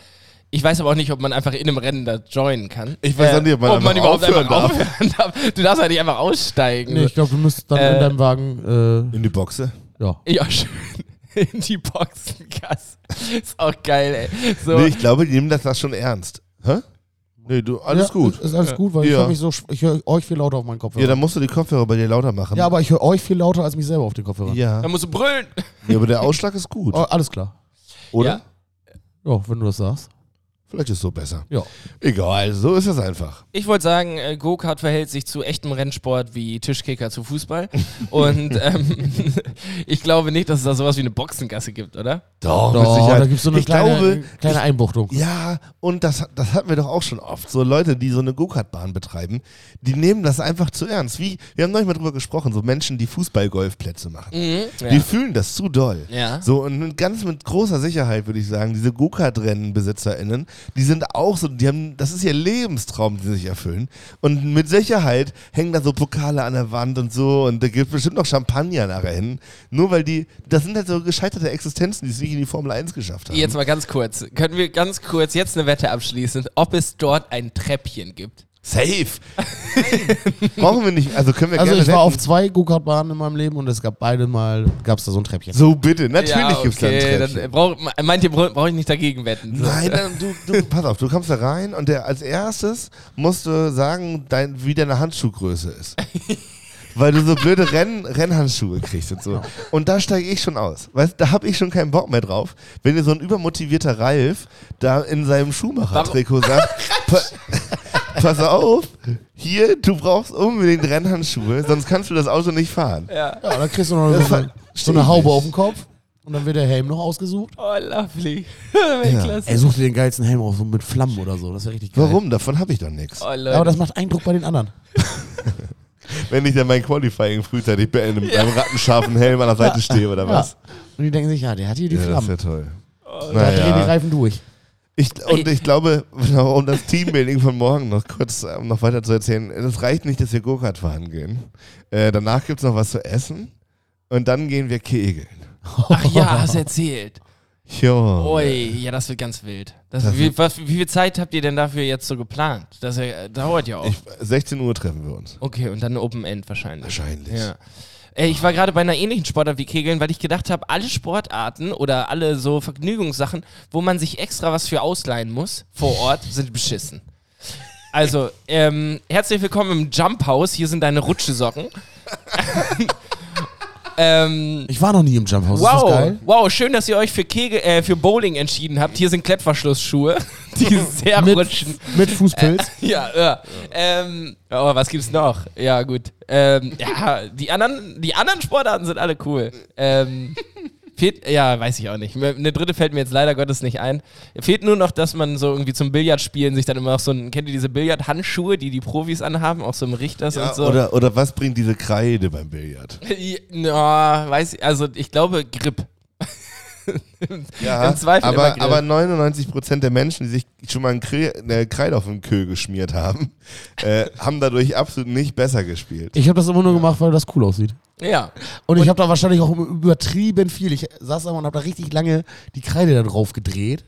D: Ich weiß aber auch nicht, ob man einfach in einem Rennen da joinen kann. Äh,
A: Ich weiß auch nicht, ob man einfach
D: überhaupt
A: aufhören
D: einfach aufhören darf. Du darfst ja nicht einfach aussteigen.
C: Nee, ich glaube, du müsstest dann
D: Äh,
C: in deinem Wagen.
A: In die Boxe.
C: Äh, ja.
D: Ja, schön. In die Boxengasse. Ist auch geil, ey. So,
A: Nee, ich glaube, die nehmen das, das schon ernst. Hä? Nee, du, alles
C: ja,
A: gut.
C: Ist alles gut, weil ich
A: Ja.
C: höre mich so, sch- ich höre euch viel lauter auf meinen Kopfhörer.
A: Ja, dann musst du die Kopfhörer bei dir lauter machen.
C: Ja, aber ich höre euch viel lauter als mich selber auf den Kopfhörer.
A: ja.
D: Da musst du brüllen.
A: ja aber der Ausschlag ist gut,
C: Oh, alles klar.
A: oder?
D: Ja.
C: Ja, wenn du das sagst.
A: Vielleicht ist so besser.
C: Ja.
A: Egal, so ist das einfach.
D: Ich wollte sagen, äh, Go-Kart verhält sich zu echtem Rennsport wie Tischkicker zu Fußball. Und ähm, ich glaube nicht, dass es da sowas wie eine Boxengasse gibt, oder?
A: Doch,
C: Doch, da gibt es so eine
A: ich
C: kleine,
A: glaube,
C: kleine Einbuchtung.
A: ich, ja, und das, das hatten wir doch auch schon oft. So Leute, die so eine Go-Kart-Bahn betreiben, die nehmen das einfach zu ernst. Wie, wir haben neulich mal drüber gesprochen, so Menschen, die Fußball-Golfplätze machen.
D: Mhm.
A: Die
D: Ja.
A: fühlen das zu doll.
D: Ja.
A: So, und mit- ganz mit großer Sicherheit würde ich sagen, diese Go-Kart-Rennen-BesitzerInnen, die sind auch so, die haben, das ist ihr Lebenstraum, den sie sich erfüllen. Und mit Sicherheit hängen da so Pokale an der Wand und so, und da gibt bestimmt noch Champagner nachher hin. Nur weil die, das sind halt so gescheiterte Existenzen, die es nicht in die Formel 1 geschafft haben.
D: Jetzt mal ganz kurz. Können wir ganz kurz jetzt eine Wette abschließen, ob es dort ein Treppchen gibt?
A: Safe. Brauchen wir nicht. Also können wir
C: Also
A: gerne
C: ich war auf
A: wetten.
C: zwei Go-Kart-Bahnen in meinem Leben und es gab beide Mal, gab es da so ein Treppchen.
A: So bitte. Natürlich
D: ja,
A: gibt's da
D: okay,
A: einen
D: dann
A: Treppchen.
D: äh, brauch, me- meint ihr, brauche ich nicht dagegen wetten? So.
A: Nein, dann, du, du, pass auf, du kommst da rein und der, als erstes musst du sagen, dein, wie deine Handschuhgröße ist. Weil du so blöde Renn, Rennhandschuhe kriegst und so. Und da steige ich schon aus. Weißt, da habe ich schon keinen Bock mehr drauf, wenn dir so ein übermotivierter Ralf da in seinem Schuhmacher-Trikot sagt, pa pass auf, hier, du brauchst unbedingt Rennhandschuhe, sonst kannst du das Auto nicht fahren.
D: Ja.
C: Ja, dann kriegst du noch so, eine, so eine Haube auf dem Kopf und dann wird der Helm noch ausgesucht.
D: Oh, lovely. Weltklasse.
C: Er sucht dir den geilsten Helm auf, so mit Flammen oder so. Das wäre richtig geil.
A: Warum? Davon habe ich doch nichts.
D: Oh, Leute.
C: Ja, aber das macht Eindruck bei den anderen.
A: Wenn ich dann mein Qualifying frühzeitig beende mit einem rattenscharfen Helm an der Seite stehe oder was.
C: Ja. Und die denken sich, ja, der hat hier die
A: Ja, das ist ja
C: Flammen.
A: toll.
D: Oh,
C: Da drehen die
A: Naja.
C: Reifen durch.
A: Ich, und ich glaube, genau, um das Teambuilding von morgen noch kurz ähm, noch weiter zu erzählen, es reicht nicht, dass wir Go-Kart fahren gehen. Äh, danach gibt es noch was zu essen und dann gehen wir kegeln.
D: Ach ja, hast erzählt.
A: Jo.
D: Ui, ja, das wird ganz wild. Das,
A: Das
D: wie, was, wie viel Zeit habt ihr denn dafür jetzt so geplant? Das äh, dauert ja auch.
A: Ich, 16 Uhr treffen wir uns.
D: okay, und dann Open End wahrscheinlich.
A: Wahrscheinlich.
D: Ja. Ey, ich war gerade bei einer ähnlichen Sportart wie Kegeln, weil ich gedacht habe, alle Sportarten oder alle so Vergnügungssachen, wo man sich extra was für ausleihen muss vor Ort, sind beschissen. Also, ähm, herzlich willkommen im Jump House. Hier sind deine Rutschesocken. ähm,
C: Ich war noch nie im Jump House. Ist das
D: Wow,
C: geil?
D: wow, schön, dass ihr euch für Kegel, äh, für Bowling entschieden habt. Hier sind Klettverschlussschuhe, die sehr rutschen.
C: Mit, mit Fußpilz.
D: Ja, ja. Ähm, aber was gibt's noch? Ja, gut. Ähm, ja, die anderen, die anderen Sportarten sind alle cool. Ähm, fehlt, ja, weiß ich auch nicht. Mir- Eine dritte fällt mir jetzt leider Gottes nicht ein. Fehlt nur noch, dass man so irgendwie zum Billardspielen sich dann immer noch so ein, kennt ihr diese Billardhandschuhe, die die Profis anhaben, auch so im Richters
A: Ja,
D: und so.
A: oder, oder was bringt diese Kreide beim Billard?
D: Ja, na, weiß ich, also ich glaube Grip.
A: Ja,
D: Im Zweifel
A: aber,
D: immer
A: aber 99% der Menschen, die sich schon mal ein Kre eine Kreide auf den Kö geschmiert haben, äh, haben dadurch absolut nicht besser gespielt.
C: Ich habe das immer nur gemacht, weil das cool aussieht.
D: Ja.
C: Und ich habe da wahrscheinlich auch übertrieben viel. Ich saß da und habe da richtig lange die Kreide da drauf gedreht.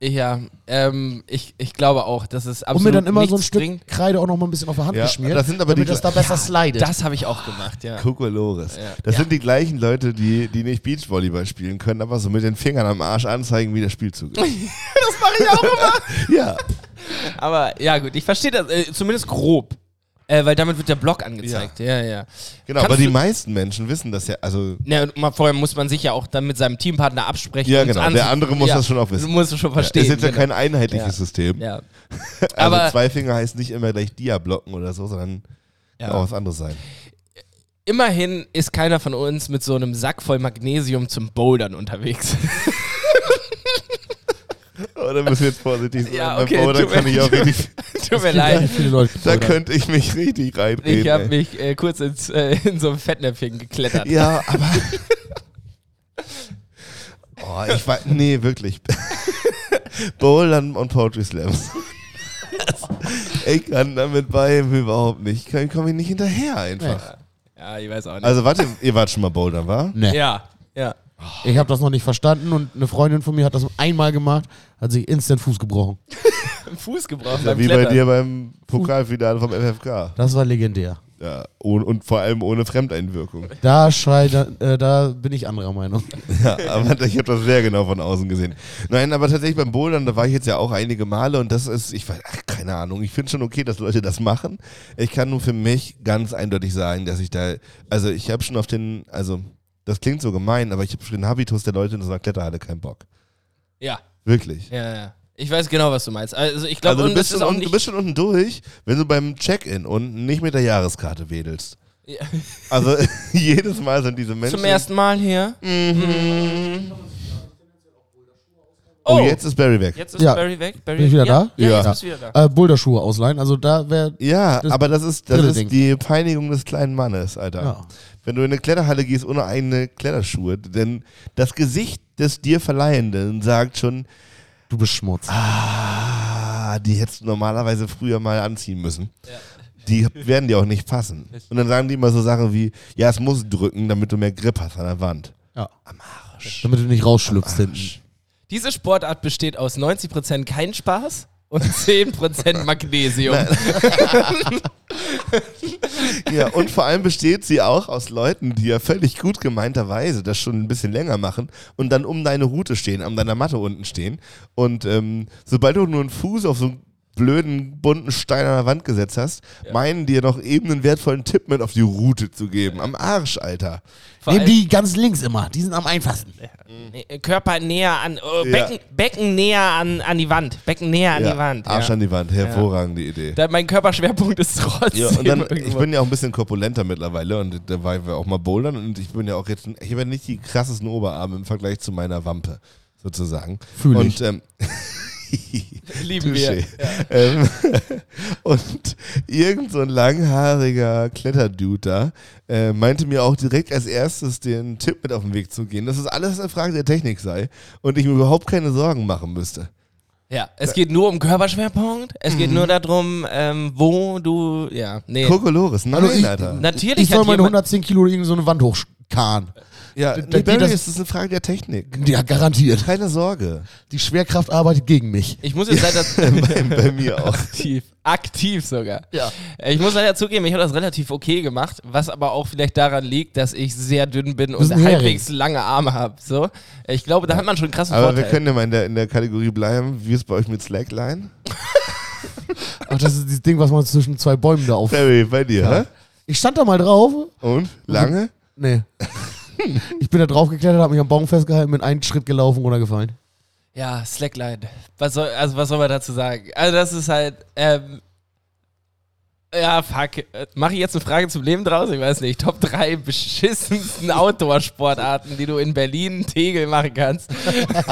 D: Ja, ähm, ich, ich glaube auch, dass es
C: Und
D: absolut
C: mir dann immer so ein
D: nichts
C: Stück
D: bringt.
C: Kreide auch noch mal ein bisschen auf der Hand
A: Ja,
C: geschmiert,
A: das sind aber die
C: damit das da
A: Kle-
C: besser slidet.
D: Das habe ich auch gemacht, ja.
A: Kokolores.
D: Ja.
A: Das
D: Ja.
A: sind die gleichen Leute, die, die nicht Beachvolleyball spielen können, aber so mit den Fingern am Arsch anzeigen, wie der Spielzug ist.
D: Das mache ich auch immer.
A: ja.
D: Aber ja gut, ich verstehe das, äh, zumindest grob. Äh, weil damit wird der Block angezeigt. Ja, ja.
A: Genau,
D: Kannst
A: aber die
D: du-
A: meisten Menschen wissen das ja. Also,
D: Na, und mal, vorher muss man sich ja auch dann mit seinem Teampartner absprechen.
A: Ja,
D: und es
A: genau.
D: anzu-
A: Der andere muss das schon auch wissen.
D: Du musst es schon verstehen.
A: ist jetzt ja
D: genau.
A: kein einheitliches
D: Ja.
A: System.
D: ja.
A: Also,
D: Aber-
A: zwei Finger heißt nicht immer gleich Dia-Blocken oder so, sondern
D: Ja.
A: kann auch was anderes sein.
D: Immerhin ist keiner von uns mit so einem Sack voll Magnesium zum Bouldern unterwegs.
A: Oder Oh, müssen wir jetzt vorsichtig sein?
D: Ja,
A: Beim
D: okay,
A: Bauer, da
D: tut mir-
A: kann ich auch richtig,
D: Tut mir
C: Nein.
D: leid.
C: Viele Leute.
A: da könnte ich mich richtig reinreden.
D: Ich habe
A: halt ey.
D: mich äh, kurz ins, äh, in so ein Fettnäpfchen geklettert.
A: Ja, aber. oh, ich weiß. Nee, wirklich. Bowlern und Poetry Slams. ich kann damit bei überhaupt nicht. Ich komme ich nicht hinterher einfach.
D: ja, ich weiß auch nicht.
A: Also, warte, ihr wart schon mal Bouldern, war?
C: nee,
D: ja, ja.
C: ich habe das noch nicht verstanden und eine Freundin von mir hat das einmal gemacht, hat sich instant Fuß gebrochen.
D: Fuß gebraucht
A: Ja,
D: beim
A: Also wie bei
D: Klettern.
A: dir beim Pokalfinale vom FFK.
C: Das war legendär.
A: Ja, und, und vor allem ohne Fremdeinwirkung.
C: Da schreit, äh, da bin ich anderer Meinung.
A: Ja, aber ich habe das sehr genau von außen gesehen. Nein, aber tatsächlich beim Bouldern, da war ich jetzt ja auch einige Male und das ist, ich weiß, ach, keine Ahnung, ich finde schon okay, dass Leute das machen. Ich kann nur für mich ganz eindeutig sagen, dass ich da, also ich habe schon auf den, also das klingt so gemein, aber ich habe schon den Habitus der Leute in so einer Kletterhalle keinen Bock.
D: Ja,
A: Wirklich.
D: ja, ja. Ich weiß genau, was du meinst. Also ich glaube,
A: Also du
D: und das
A: bist,
D: ist
A: schon,
D: auch
A: unten-
D: nicht.
A: du bist schon unten durch, wenn du beim Check-in unten nicht mit der Jahreskarte wedelst.
D: Ja.
A: Also jedes Mal sind diese Menschen.
D: zum ersten Mal hier.
A: oh, jetzt ist Barry weg.
D: jetzt ist
C: Ja.
D: Barry weg. Barry
C: Bin ich wieder
D: ja,
C: da?
D: Ja,
A: Ja.
D: jetzt bist du wieder da.
C: Äh, Boulderschuhe ausleihen, also da wäre.
A: Ja,
C: Das
A: aber das ist, das
C: dritte
A: ist
C: Ding.
A: die Peinigung des kleinen Mannes, Alter.
C: Ja.
A: Wenn du in eine Kletterhalle gehst ohne eigene Kletterschuhe, denn das Gesicht des dir Verleihenden sagt schon,
C: Du bist Schmutz.
A: ah, die hättest du normalerweise früher mal anziehen müssen. Die werden dir auch nicht passen. Und dann sagen die immer so Sachen wie, ja, es muss drücken, damit du mehr Grip hast an der Wand.
C: Ja. Am Arsch. Damit du nicht rausschlüpfst hinten.
D: Diese Sportart besteht aus 90% kein Spaß und 10% Magnesium.
A: Ja, und vor allem besteht sie auch aus Leuten, die ja völlig gut gemeinterweise das schon ein bisschen länger machen und dann um deine Route stehen, an deiner Matte unten stehen. Und ähm, sobald du nur einen Fuß auf so einen blöden, bunten Stein an der Wand gesetzt hast, meinen dir noch eben einen wertvollen Tipp mit auf die Route zu geben. Am Arsch, Alter.
D: Vor
C: Nehmen
D: allem-
C: die ganz links immer. Die sind am einfachsten.
D: Nee, Äh, Körper näher an, äh,
A: Ja.
D: Becken, Becken näher an, an die Wand. Becken näher an
A: ja,
D: die Wand.
A: Arsch
D: Ja.
A: an die Wand, hervorragende Idee.
D: Da, mein Körperschwerpunkt ist trotzdem.
A: Ja, und dann, ich
D: irgendwo-
A: bin ja auch ein bisschen korpulenter mittlerweile und da war wir auch mal bouldern und ich bin ja auch jetzt, ich habe ja nicht die krassesten Oberarme im Vergleich zu meiner Wampe, sozusagen.
C: Fühl
A: und,
C: ich.
A: Ähm,
D: lieben wir.
A: Touché. Ähm, und irgend so ein langhaariger Kletterdude da äh, meinte mir auch direkt als erstes den Tipp mit auf den Weg zu gehen, dass es alles eine Frage der Technik sei und ich mir überhaupt keine Sorgen machen müsste.
D: Ja, es geht nur um Körperschwerpunkt. Es
A: Mhm.
D: geht nur darum, ähm, wo du. Ja, nee.
A: Kokolores, nein,
C: Hallo, ich-
A: Alter.
D: Natürlich
C: Ich soll
D: hat
C: meine
D: jemand,
C: 110 Kilo irgend so eine Wand hochkarren.
A: ja,
C: da-
A: Barry,
C: das-
A: es ist eine Frage der Technik.
C: Ja, garantiert.
A: Keine Sorge.
C: Die Schwerkraft arbeitet gegen mich.
D: Ich muss jetzt leider.
A: bei, bei mir auch.
D: aktiv. Aktiv sogar.
C: Ja.
D: Äh, Ich muss leider zugeben, ich habe das relativ okay gemacht, was aber auch vielleicht daran liegt, dass ich sehr dünn bin und
C: bist ein Hering.
D: halbwegs lange Arme habe. So. Ich glaube, da hat man schon einen krassen
A: Aber
D: Vorteil.
A: wir können ja mal in der, in der Kategorie bleiben. Wie ist bei euch mit Slackline?
C: Ach, das ist dieses Ding, was man zwischen zwei Bäumen da auf.
A: Barry, bei dir, hä?
C: Ich stand da mal drauf.
A: Und? Lange?
C: Nee. Ich bin da drauf geklettert, habe mich am Baum festgehalten, bin einen Schritt gelaufen, runtergefallen.
D: Ja, Slackline. Was soll, also was soll man dazu sagen? Also das ist halt, ähm, ja, fuck. Äh, Mache ich jetzt eine Frage zum Leben draus? Ich weiß nicht. Top 3 beschissensten Outdoor-Sportarten, die du in Berlin Tegel machen kannst.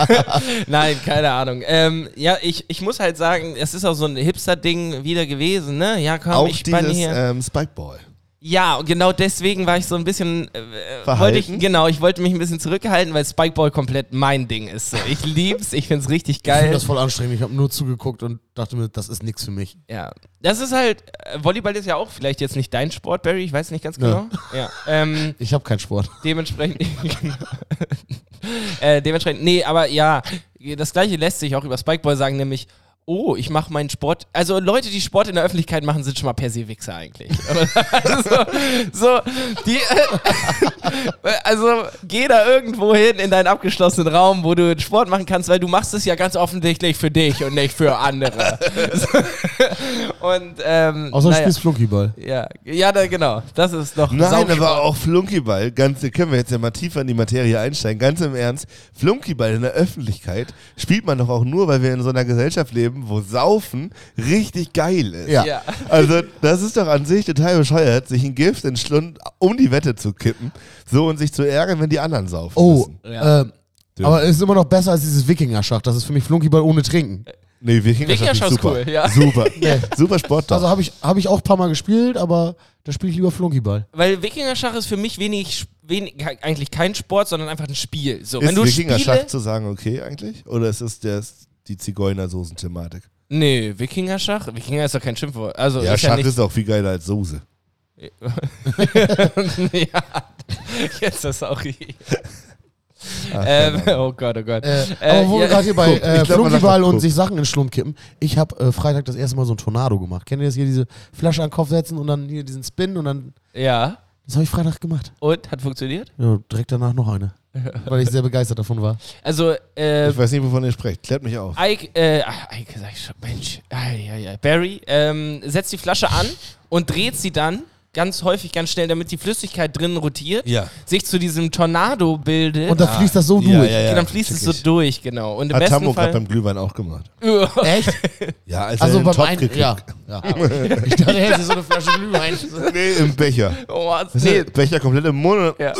D: Nein, keine Ahnung. Ähm, ja, ich, ich muss halt sagen, es ist auch so ein Hipster-Ding wieder gewesen, ne? Ja, komm,
A: Auch
D: ich spann
A: dieses
D: hier.
A: ähm, Spikeball.
D: Ja, und genau deswegen war ich so ein bisschen. Äh,
A: Verhalten?
D: wollte ich, genau, ich wollte mich ein bisschen zurückhalten, weil Spikeball komplett mein Ding ist. So. Ich lieb's, ich find's richtig
C: Ich finde
D: geil.
C: das voll anstrengend. Ich habe nur zugeguckt und dachte mir, das ist nichts für mich.
D: ja. Das ist halt. äh, Volleyball ist ja auch vielleicht jetzt nicht dein Sport, Barry, ich weiß nicht ganz
C: Nö.
D: genau. Ja. Ähm,
C: Ich habe keinen Sport.
D: dementsprechend. äh, dementsprechend. Nee, aber ja, das gleiche lässt sich auch über Spikeball sagen, nämlich. Oh, ich mache meinen Sport. Also Leute, die Sport in der Öffentlichkeit machen, sind schon mal per se Wichser eigentlich. also, so, die, Also geh da irgendwo hin in deinen abgeschlossenen Raum, wo du Sport machen kannst, weil du machst es ja ganz offensichtlich für dich und nicht für andere. und ähm,
C: Außer du
D: naja,
C: spielst Flunkyball.
D: ja, ja, da, genau. Das ist noch
A: Nein,
D: sauschlau.
A: aber auch Flunkyball. Ganz, da können wir jetzt ja mal tiefer in die Materie einsteigen. Ganz im Ernst, Flunkyball in der Öffentlichkeit spielt man doch auch nur, weil wir in so einer Gesellschaft leben, wo Saufen richtig geil ist.
C: Ja.
D: ja.
A: Also, das ist doch an sich total bescheuert, sich ein Gift in den Schlund um die Wette zu kippen, so und sich zu ärgern, wenn die anderen saufen.
C: Oh,
A: Müssen.
D: Ja.
C: ähm, aber es ist immer noch besser als dieses Wikinger-Schach. Das ist für mich Flunkyball ohne Trinken.
D: Äh,
A: Nee, Wikinger
D: Wikingerschau
A: ist
D: ist
A: super.
D: cool, ja.
A: Super. Super Sport doch.
C: Also habe ich, hab ich auch ein paar Mal gespielt, aber da spiele ich lieber Flunkyball.
D: Weil Wikingerschach ist für mich wenig, wenig eigentlich kein Sport, sondern einfach ein Spiel. So, wenn
A: ist
D: du
A: Wikinger-Schach
D: Spiele,
A: zu sagen okay eigentlich? Oder ist es der, die Zigeunersoßen-Thematik?
D: Nee, Wikingerschach? Wikinger ist doch kein Schimpfwort. Also
A: Ja,
D: ist
A: Schach
D: ja nicht
A: ist auch viel geiler als Soße.
D: ja, jetzt ist auch richtig.
A: Ah,
D: ähm, oh Gott, oh Gott.
C: Äh,
D: Äh,
C: aber wo wir
D: ja.
C: gerade hier bei
A: Guck, ich
C: äh,
A: glaub, man sagt
C: Flunkyball
A: doch,
C: und
A: guck.
C: sich Sachen in den Schlund kippen, ich habe äh, Freitag das erste Mal so ein Tornado gemacht. Kennt ihr das hier, diese Flasche an den Kopf setzen und dann hier diesen Spin und dann.
D: Ja,
C: Das habe ich Freitag gemacht.
D: und? Hat funktioniert?
C: Ja, direkt danach noch eine. Weil ich sehr begeistert davon war.
D: Also, äh,
A: Ich weiß nicht, wovon ihr sprecht. Klärt mich auf.
D: Ike, äh, ach, Ike sag ich schon, Mensch, ai, ai, ai. Barry ähm, setzt die Flasche an und dreht sie dann ganz häufig, ganz schnell, damit die Flüssigkeit drinnen rotiert,
A: Ja.
D: sich zu diesem Tornado bildet.
C: Und da fließt das so
A: Ja,
C: durch.
A: ja, ja.
D: dann fließt es so
A: check ich.
D: durch, genau. Und im
A: Hat
D: besten
A: Tambo gerade
D: Fall. Äh.
A: beim Glühwein auch gemacht.
C: Echt?
A: Ja, als
C: Also
A: er den
C: beim
A: Top
C: einen.
A: gekriegt.
C: Ja. ja. Ich dachte, er hätte so eine Flasche Glühwein.
A: Nee, im Becher.
D: Oh,
A: Nee.
D: nee.
A: Becher komplett im Mund.
D: Ja.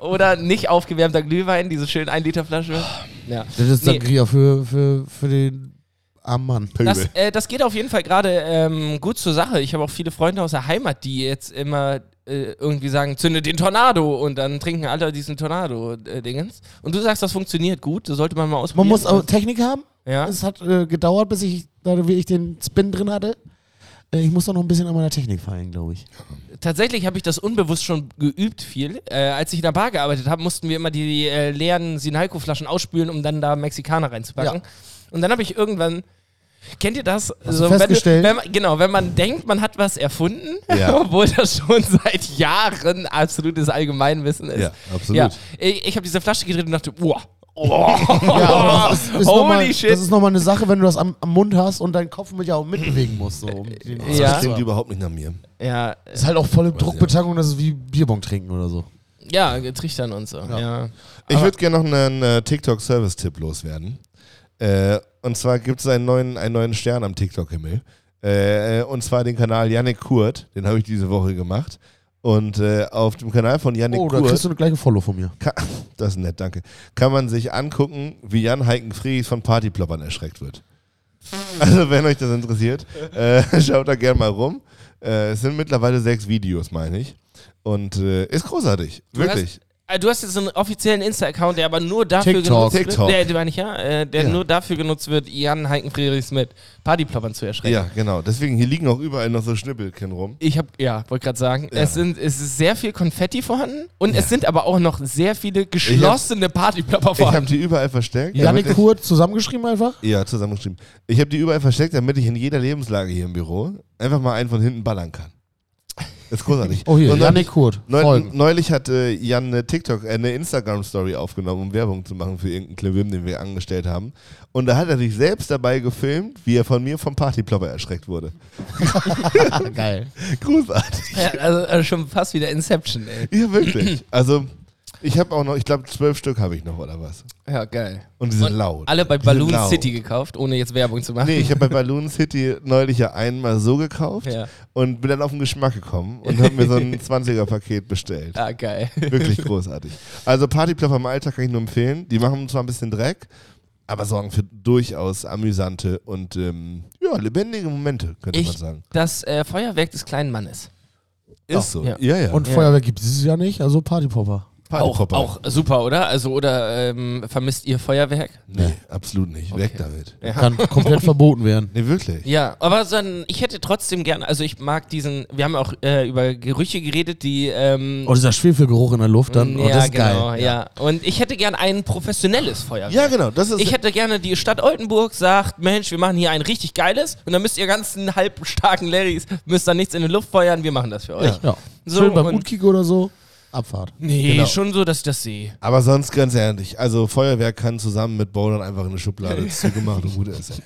D: Oder nicht aufgewärmter Glühwein, diese schönen 1-Liter-Flasche.
C: Oh,
D: Ja.
C: Das ist
D: Nee.
C: Sangria für, für, für den armen Mann.
D: Das,
A: Pöbel.
D: äh, das geht auf jeden Fall gerade ähm, gut zur Sache. Ich habe auch viele Freunde aus der Heimat, die jetzt immer äh, irgendwie sagen, zünde den Tornado und dann trinken alle diesen Tornado-Dingens. Und du sagst, das funktioniert gut, das sollte man mal
C: Man
D: ausprobieren.
C: muss auch Technik haben.
D: ja?
C: Es hat äh, gedauert, bis ich, da, wie ich den Spin drin hatte. Äh, ich muss doch noch ein bisschen an meiner Technik feilen, glaube ich.
D: Tatsächlich habe ich das unbewusst schon geübt viel. Äh, als ich in der Bar gearbeitet habe, mussten wir immer die äh, leeren Sinalco-Flaschen ausspülen, um dann da Mexikaner reinzupacken. Und dann habe ich irgendwann Kennt ihr das?
C: du
D: wenn-
C: festgestellt?
D: Wenn, man, genau, wenn man denkt, man hat was erfunden,
A: Ja.
D: obwohl das schon seit Jahren absolutes Allgemeinwissen ist.
A: Ja, absolut.
D: Ich, ich habe diese Flasche gedreht und dachte, boah. Oh,
C: Ja, aber das ist
D: holy
C: nochmal,
D: shit.
C: Das ist nochmal eine Sache, wenn du das am, am Mund hast und deinen Kopf mit ja auch mitbewegen musst. So, um den
A: Also Das
D: Ja.
A: klingt überhaupt nicht nach mir.
D: ja, äh,
C: Ist halt auch voll im
A: ich auch.
C: Druckbetankung, das ist wie Bierbong trinken oder so.
D: ja, getrichtern und so. Ja.
C: Ja.
A: Ich würde gerne noch einen äh, TikTok-Service-Tipp loswerden. Äh, und zwar gibt es einen neuen, einen neuen Stern am TikTok-Himmel. Äh, und zwar den Kanal Yannick Kurt. Den habe ich diese Woche gemacht. Und äh, auf dem Kanal von Yannick
C: Oh, da
A: Kurt.
C: kriegst du eine gleiche Follow von mir.
A: Ka- das ist nett, danke. Kann man sich angucken, wie Jan Heiken Fries von Partyploppern erschreckt wird. Also, wenn euch das interessiert, äh, schaut da gerne mal rum. Äh, es sind mittlerweile sechs Videos, meine ich. Und äh, ist großartig. Wirklich.
D: Äh, Du hast jetzt so einen offiziellen Insta-Account, der aber nur dafür
C: TikTok.
D: genutzt wird.
A: TikTok.
D: Der, der, meine ich, ja, äh, der
A: Ja.
D: nur dafür genutzt wird, Jan Heiken Friedrichs mit Partyploppern zu erschrecken.
A: Ja, genau. Deswegen, hier liegen auch überall noch so Schnippelchen rum.
D: Ich habe, ja, wollte gerade sagen,
A: Ja.
D: es, sind, es ist sehr viel Konfetti vorhanden und es sind aber auch noch sehr viele geschlossene Partyplopper
A: Ich habe
D: vorhanden.
A: die überall versteckt. damit
C: Janik
A: ich-
C: Kurt zusammengeschrieben einfach?
A: Ja, zusammengeschrieben. Ich habe die überall versteckt, damit ich in jeder Lebenslage hier im Büro einfach mal einen von hinten ballern kann. Ist großartig.
C: Oh hier,
A: Und dann-
C: Janik Kurt.
A: Neu,
C: Folgen.
A: neulich hat äh, Jan eine TikTok, äh, eine Instagram-Story aufgenommen, um Werbung zu machen für irgendeinen Klewim, den wir angestellt haben. Und da hat er sich selbst dabei gefilmt, wie er von mir vom Partyplopper erschreckt wurde.
C: Ah, geil.
A: Großartig.
D: Ja, also, also schon fast wieder Inception, ey.
A: Ja, wirklich. Also, ich habe auch noch, ich glaube, zwölf Stück habe ich noch oder was.
D: Ja, geil.
A: Und die sind
D: Und
A: laut.
D: Alle bei
A: Die sind
D: Balloon
A: laut.
D: City gekauft, ohne jetzt Werbung zu machen.
A: Genau. Nee, ich habe bei Balloon City neulich ja einmal so gekauft
D: Ja.
A: und bin dann auf den Geschmack gekommen und habe mir so ein 20er-Paket bestellt.
D: Ah, geil.
A: Wirklich großartig. Also Partyplopper im Alltag kann ich nur empfehlen. Die machen zwar ein bisschen Dreck, aber sorgen für durchaus amüsante und ähm, ja, lebendige Momente, könnte man
D: Ich,
A: sagen.
D: das äh, Feuerwerk des kleinen Mannes.
A: Ist so.
D: ja.
A: Ja, ja.
C: Und
D: Ja.
C: Feuerwehr gibt es ja nicht, also Partypopper.
D: Auch,
A: Partypopper.
D: auch super, oder? Also, oder ähm, vermisst ihr Feuerwerk?
A: Nee, absolut nicht. Weg
D: Okay.
A: damit.
C: Kann komplett verboten werden.
A: Nee, wirklich.
D: Ja, aber so ein, ich hätte trotzdem gerne, also ich mag diesen, wir haben auch äh, über Gerüche geredet, die. Ähm,
C: Oh, dieser Schwefelgeruch in der Luft dann. Oh,
D: ja,
C: das ist
D: genau,
C: geil.
D: ja. Und ich hätte gern ein professionelles Feuerwerk.
A: Ja, genau. Das ist
D: Ich hätte gerne die Stadt Oldenburg sagt, Mensch, wir machen hier ein richtig geiles und dann müsst ihr ganzen halbstarken Larrys, müsst dann nichts in die Luft feuern, wir machen das für euch.
C: Ja.
D: So,
C: Schön beim
D: und-
C: Utkick oder so. Abfahrt.
D: Nee,
A: Genau.
D: schon so, dass ich das sehe.
A: aber sonst ganz ehrlich, also Feuerwerk kann zusammen mit Bowlern einfach in eine Schublade zugemacht und gut ist.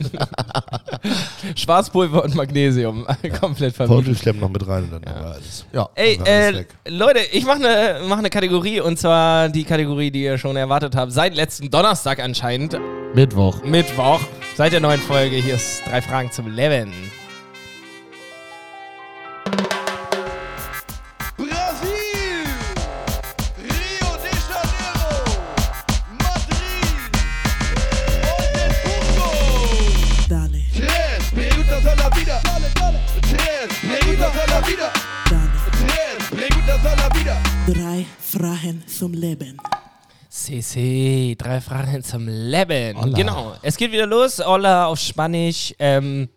D: Schwarzpulver und Magnesium, komplett vermischt.
A: Portal schleppt noch mit rein und dann haben wir alles.
C: Ja.
D: Ey,
A: Und alles
D: äh,
A: weg.
D: Leute, ich mache eine mach ne Kategorie und zwar die Kategorie, die ihr schon erwartet habt, seit letzten Donnerstag anscheinend,
C: Mittwoch.
D: Mittwoch, seit der neuen Folge. Hier ist drei Fragen zum Levin.
E: Brasil, Rio de Janeiro, Madrid, Otemburgo.
F: Dale,
E: Tres preguntas a la vida. Tres preguntas a la vida.
F: dale.
E: Tres preguntas a la vida.
F: Drei Fragen zum Leben.
D: CC, drei Fragen zum Leben.
C: Hola.
D: Genau, es geht wieder los. Hola auf Spanisch. Ähm,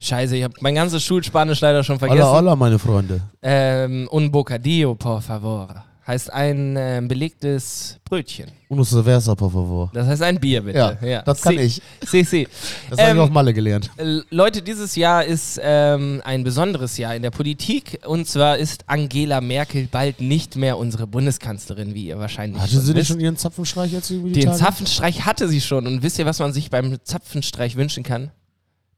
D: scheiße, ich habe mein ganzes Schulspanisch leider schon vergessen.
C: Hola, hola, meine Freunde.
D: Ähm, un bocadillo, por favor. Heißt ein ähm, belegtes Brötchen.
C: Uno se versa, por favor.
D: Das heißt ein Bier, bitte.
C: Ja, das kann ich.
D: CC.
C: Das habe
D: ähm,
C: ich auf Malle gelernt.
D: L- Leute, dieses Jahr ist ähm, ein besonderes Jahr in der Politik. Und zwar ist Angela Merkel bald nicht mehr unsere Bundeskanzlerin, wie ihr wahrscheinlich
C: Hatte sie
D: wisst.
C: nicht schon ihren Zapfenstreich jetzt über die
D: Den
C: Tage?
D: Zapfenstreich hatte sie schon. Und wisst ihr, was man sich beim Zapfenstreich wünschen kann?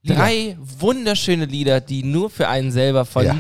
C: Lieder.
D: Drei wunderschöne Lieder, die nur für einen selber von
A: Ja.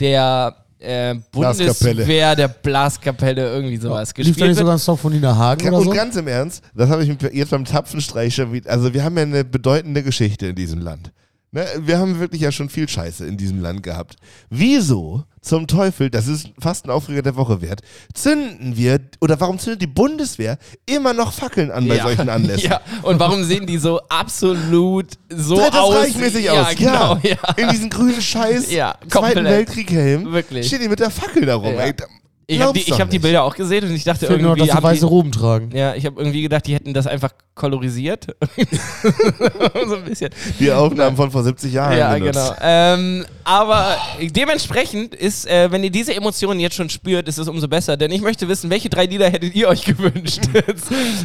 D: der äh,
A: Blaskapelle.
D: Bundeswehr, der Blaskapelle, irgendwie sowas
C: Lief da
D: gespielt
C: nicht
D: wird.
C: sogar ein Song von Nina Hagen
A: Ka-
C: oder
A: und
C: so?
A: ganz im Ernst, das habe ich mit- jetzt beim Tapfenstreich schon wieder. Also, wir haben ja eine bedeutende Geschichte in diesem Land. Ne? Wir haben wirklich ja schon viel Scheiße in diesem Land gehabt. Wieso zum Teufel, das ist fast ein Aufreger der Woche wert, zünden wir oder warum zündet die Bundeswehr immer noch Fackeln an bei
D: ja.
A: solchen Anlässen?
D: Ja. Und warum sehen die so absolut so
A: Sieht das
D: aus?
A: reichmäßig
D: ja,
A: aus.
D: Genau, ja.
A: In diesen grünen Scheiß
D: Ja,
A: Zweiten
D: komplett.
A: Weltkrieg-Helm
D: Wirklich.
A: steht die mit der Fackel da rum.
D: Ja.
A: Ey, da-
D: Ich habe die,
A: Glaub's doch
D: ich hab die
A: nicht.
D: Bilder auch gesehen und ich dachte
C: Fehlt nur,
D: irgendwie.
C: noch, dass sie
D: haben
C: weiße
D: die,
C: Roben tragen.
D: ja, ich habe irgendwie gedacht, die hätten das einfach kolorisiert. so ein bisschen.
A: Die Aufnahmen von vor 70 Jahren.
D: Ja,
A: benutzt.
D: genau. Ähm, aber dementsprechend ist, äh, wenn ihr diese Emotionen jetzt schon spürt, ist es umso besser. Denn ich möchte wissen, welche drei Lieder hättet ihr euch gewünscht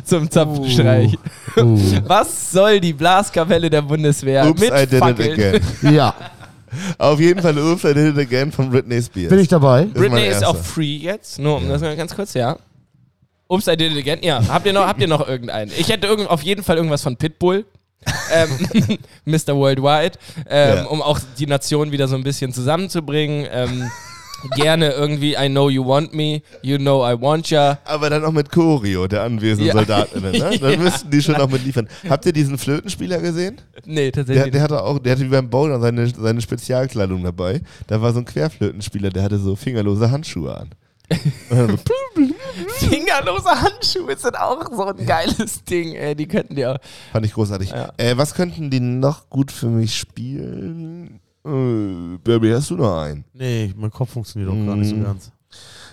D: zum Zapfenstreich?
C: Uh.
D: Was soll die Blaskapelle der Bundeswehr
A: Oops,
D: mit
A: I did
D: Fackeln?
A: it again.
C: ja.
A: Auf jeden Fall Oops, I did it again von Britney Spears.
C: Bin ich dabei?
A: Das ist
D: Britney
A: mein
D: ist
A: erster.
D: auch free jetzt. Nur um das mal ganz kurz, ja. Oops, I did it again. Ja, habt ihr noch, habt ihr noch irgendeinen? Ich hätte irgend, auf jeden Fall irgendwas von Pitbull. ähm, Mr. Worldwide, ähm,
A: Ja.
D: um auch die Nation wieder so ein bisschen zusammenzubringen. Ähm, gerne irgendwie I know you want me, you know I want ya.
A: Aber dann auch mit Choreo, der anwesenden
D: Ja.
A: Soldatinnen. Ne? Dann
D: Ja.
A: müssten die schon auch mit liefern. Habt ihr diesen Flötenspieler gesehen?
D: Nee,
A: Der,
D: tatsächlich.
A: der hatte auch, der hatte wie beim Bowler seine, seine Spezialkleidung dabei. Da war so ein Querflötenspieler, der hatte so fingerlose Handschuhe an. Und dann so, plum.
D: Fingerlose Handschuhe sind auch so ein geiles Ding, ey. Die könnten die auch.
A: Fand ich großartig.
D: Ja.
A: Äh, was könnten die noch gut für mich spielen? Äh, Baby, hast du noch einen?
C: Nee, mein Kopf funktioniert auch gar nicht
D: Mm.
C: so ganz.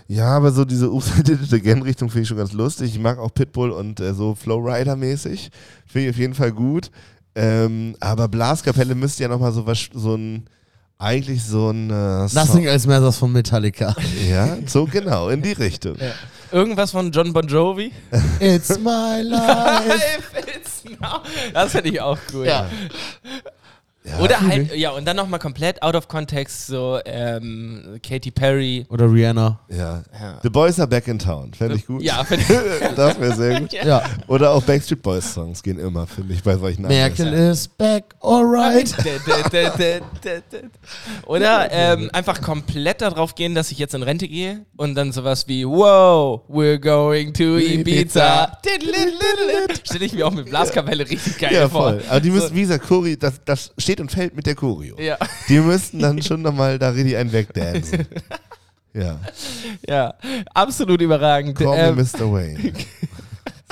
A: Ja, aber so diese Oops, I did it again Richtung finde ich schon ganz lustig. Ich mag auch Pitbull und äh, so Flowrider-mäßig. Finde ich auf jeden Fall gut. Ähm, aber Blaskapelle müsste ja nochmal so was, so ein, eigentlich so ein äh,
C: Nothing
A: Song.
C: als Messers von Metallica.
A: Ja, so genau, in die Richtung.
D: Irgendwas von John Bon Jovi?
C: It's my life.
D: If it's now. genau. Das finde ich auch cool.
C: Ja.
A: Ja,
D: Oder
A: fühl
D: halt,
A: ich.
D: ja, und dann nochmal komplett out of context, so ähm, Katy Perry.
C: Oder Rihanna.
A: Ja.
D: Ja.
A: The Boys are back in town. Fände ich gut.
D: Ja, finde ich.
A: das wäre sehr gut.
C: Ja.
A: Oder auch Backstreet Boys Songs gehen immer, finde ich, bei solchen
C: Merkel is back, alright.
D: Oder ähm, einfach komplett darauf gehen, dass ich jetzt in Rente gehe und dann sowas wie Wow, we're going to Ibiza. Stelle ich mir auch mit Blaskapelle richtig geil
A: Ja,
D: vor.
A: voll. Aber die müssen, wie gesagt, Choreo, das, das steht und fällt mit der Choreo.
D: Ja,
A: Die müssten dann schon nochmal da richtig einen wegdancen. Ja.
D: ja, absolut überragend.
A: Call
D: Ähm,
A: me Mr. Wayne.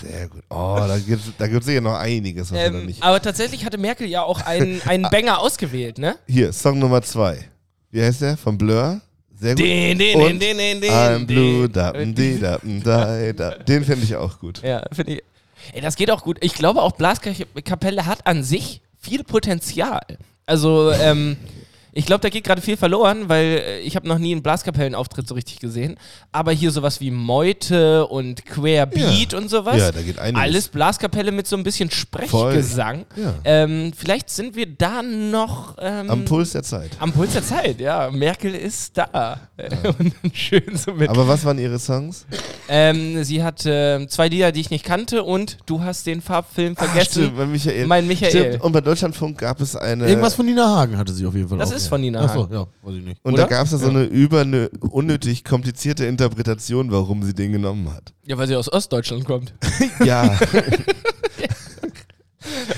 A: Sehr gut. Oh, da gibt es da gibt's sicher noch einiges, was wir noch
D: ähm,
A: nicht.
D: aber tatsächlich hatte Merkel ja auch einen, einen Banger ausgewählt, ne?
A: Hier, Song Nummer zwei. Wie heißt der? Von Blur. Sehr gut.
D: Den, den, den,
A: Und
D: den, den, den.
A: I'm blue,
D: den.
A: da, mm, di, da, da, da. Den finde ich auch gut.
D: Ja, finde ich. Ey, das geht auch gut. Ich glaube auch, Blaskapelle hat an sich viel Potenzial. Also, ähm, ich glaube, da geht gerade viel verloren, weil äh, ich habe noch nie einen Blaskapellenauftritt so richtig gesehen. Aber hier sowas wie Meute und Querbeat und sowas.
A: Ja, da geht einiges.
D: Alles Blaskapelle mit so ein bisschen Sprechgesang.
A: Ja.
D: Ähm, vielleicht sind wir da noch ähm,
A: Am Puls der Zeit.
D: am Puls der Zeit, ja. Merkel ist da. Und dann schön so mit
A: Aber was waren ihre Songs?
D: ähm, sie hat ähm, zwei Lieder, die ich nicht kannte und du hast den Farbfilm vergessen.
A: Ah, Stimmt, mein Michael.
D: Mein Michael.
A: Stimmt, und bei Deutschlandfunk gab es eine.
C: Irgendwas von Nina Hagen hatte sie auf jeden Fall
D: Äh. Das
C: auch.
D: ist von Nina
C: Achso,
D: Hagen.
C: ja, weiß ich nicht.
A: und
D: oder?
A: da gab es da so eine übernö- unnötig komplizierte Interpretation, warum sie den genommen hat.
D: ja, weil sie aus Ostdeutschland kommt.
A: Ja.
D: Oder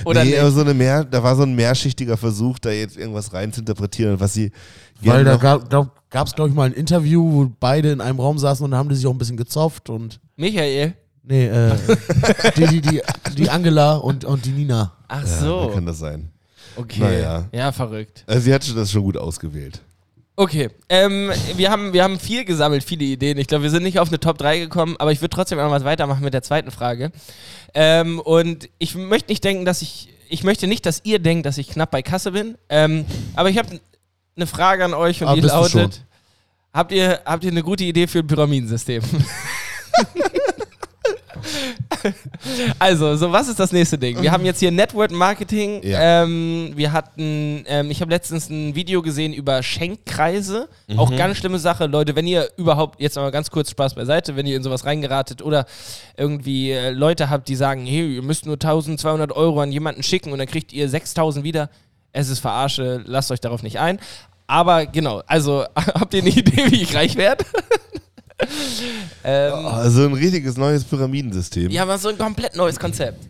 A: nee,
D: nee,
A: aber so eine mehr, da war so ein mehrschichtiger Versuch, da jetzt irgendwas reinzuinterpretieren, was sie gerne
C: Weil da
A: noch-
C: gab es, glaub, gab's, glaub ich, mal ein Interview, wo beide in einem Raum saßen und da haben die sich auch ein bisschen gezofft und.
D: Michael.
C: Nee, äh, die, die, die, die Angela und, und die Nina.
D: Ach
A: Ja,
C: Oh.
D: so.
A: kann das sein.
D: okay.
A: naja.
D: Ja, verrückt.
A: Also sie hat schon das schon gut ausgewählt.
D: Okay. Ähm, wir, haben, wir haben viel gesammelt, viele Ideen. Ich glaube, wir sind nicht auf eine Top 3 gekommen, aber ich würde trotzdem noch was weitermachen mit der zweiten Frage. Ähm, und ich möchte nicht denken, dass ich. Ich möchte nicht, dass ihr denkt, dass ich knapp bei Kasse bin. Ähm, aber ich habe eine Frage an euch und
C: Ah,
D: die
C: bist du
D: lautet: habt ihr, habt ihr eine gute Idee für ein Pyramidensystem? Also, so was ist das nächste Ding? Wir haben jetzt hier Network Marketing.
A: Ja.
D: Ähm, wir hatten, ähm, ich habe letztens ein Video gesehen über Schenkkreise. Auch ganz schlimme Sache, Leute. Wenn ihr überhaupt jetzt mal ganz kurz Spaß beiseite, wenn ihr in sowas reingeratet oder irgendwie äh, Leute habt, die sagen, hey, ihr müsst nur 1200 Euro an jemanden schicken und dann kriegt ihr 6000 wieder. Es ist verarsche. Lasst euch darauf nicht ein. Aber genau, also habt ihr eine Idee, wie ich reich werde? ähm,
A: Also ein richtiges neues Pyramidensystem.
D: Ja, aber so ein komplett neues Konzept.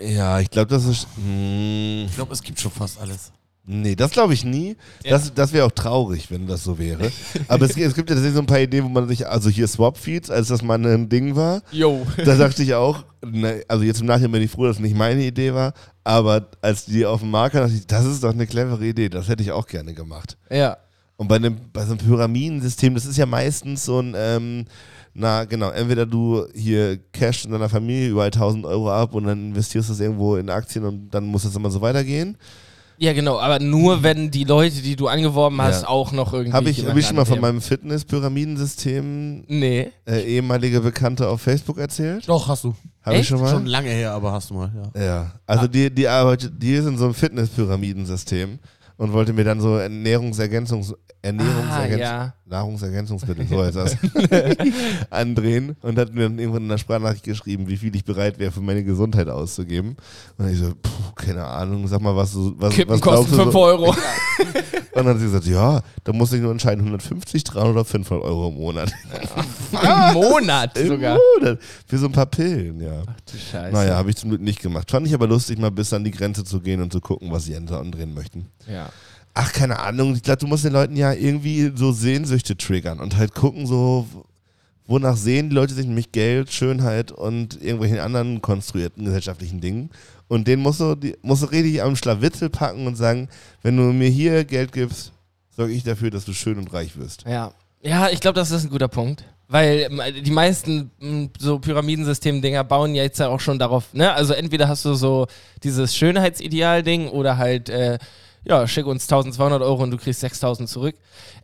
A: Ja, ich glaube, das ist. Mh,
C: Ich glaube, es gibt schon fast alles.
A: nee, das glaube ich nie. Das, das wäre auch traurig, wenn das so wäre. Aber es, es gibt ja tatsächlich so ein paar Ideen, wo man sich, also hier Swapfeeds, als das mal ein Ding war,
D: Yo.
A: da dachte ich auch, ne, also jetzt im Nachhinein bin ich froh, dass es nicht meine Idee war, aber als die auf dem Marker dachte ich, das ist doch eine clevere Idee, das hätte ich auch gerne gemacht.
D: Ja.
A: Und bei, dem, bei so einem Pyramidensystem, das ist ja meistens so ein, ähm, na genau, entweder du hier cash in deiner Familie überall 1000 Euro ab und dann investierst du es irgendwo in Aktien und dann muss das immer so weitergehen.
D: Ja, genau, aber nur wenn die Leute, die du angeworben hast,
A: Ja.
D: auch noch irgendwie.
A: Habe ich, hab
D: jemanden
A: ich schon mal von
D: annehmen.
A: meinem Fitness-Pyramidensystem
D: Nee.
A: äh, ehemalige Bekannte auf Facebook erzählt?
C: Doch, hast du. Oh,
A: Habe ich
D: Echt?
A: schon mal?
C: Schon lange her, aber hast du mal, ja.
A: Ja, also die, die arbeitet, die ist in so einem Fitnesspyramidensystem und wollte mir dann so Ernährungsergänzungs, Ernährungsergänz,
D: Ah, ja.
A: Nahrungsergänzungsmittel, so heißt das, andrehen und hat mir dann irgendwann in der Sprachnachricht geschrieben, wie viel ich bereit wäre, für meine Gesundheit auszugeben. Und ich so, puh, keine Ahnung, sag mal, was, du- was,
D: Kippen
A: Also, was glaubst
D: kosten
A: du?
D: 5
A: So?
D: Euro.
A: Und dann hat sie gesagt, ja, da muss ich nur entscheiden, 150, 300 oder 500 Euro im Monat.
D: Im Monat sogar.
A: Im Monat. Für so ein paar Pillen, ja.
D: Du Scheiße.
A: Naja, habe ich zum Glück nicht gemacht. Fand ich aber lustig, mal bis an die Grenze zu gehen und zu gucken, was sie andrehen möchten.
D: Ja.
A: Ach, keine Ahnung. Ich glaube, du musst den Leuten ja irgendwie so Sehnsüchte triggern und halt gucken, so, wonach sehen die Leute sich nämlich Geld, Schönheit und irgendwelchen anderen konstruierten gesellschaftlichen Dingen. Und den musst du, die, musst du richtig am Schlawitzel packen und sagen, wenn du mir hier Geld gibst, sorge ich dafür, dass du schön und reich wirst.
D: Ja, ja ich glaube, das ist ein guter Punkt. Weil ähm, die meisten m, so Pyramidensystem-Dinger bauen ja jetzt ja auch schon darauf. Ne? Also entweder hast du so dieses Schönheitsideal-Ding oder halt, äh, ja, schick uns 1200 Euro und du kriegst 6000 zurück.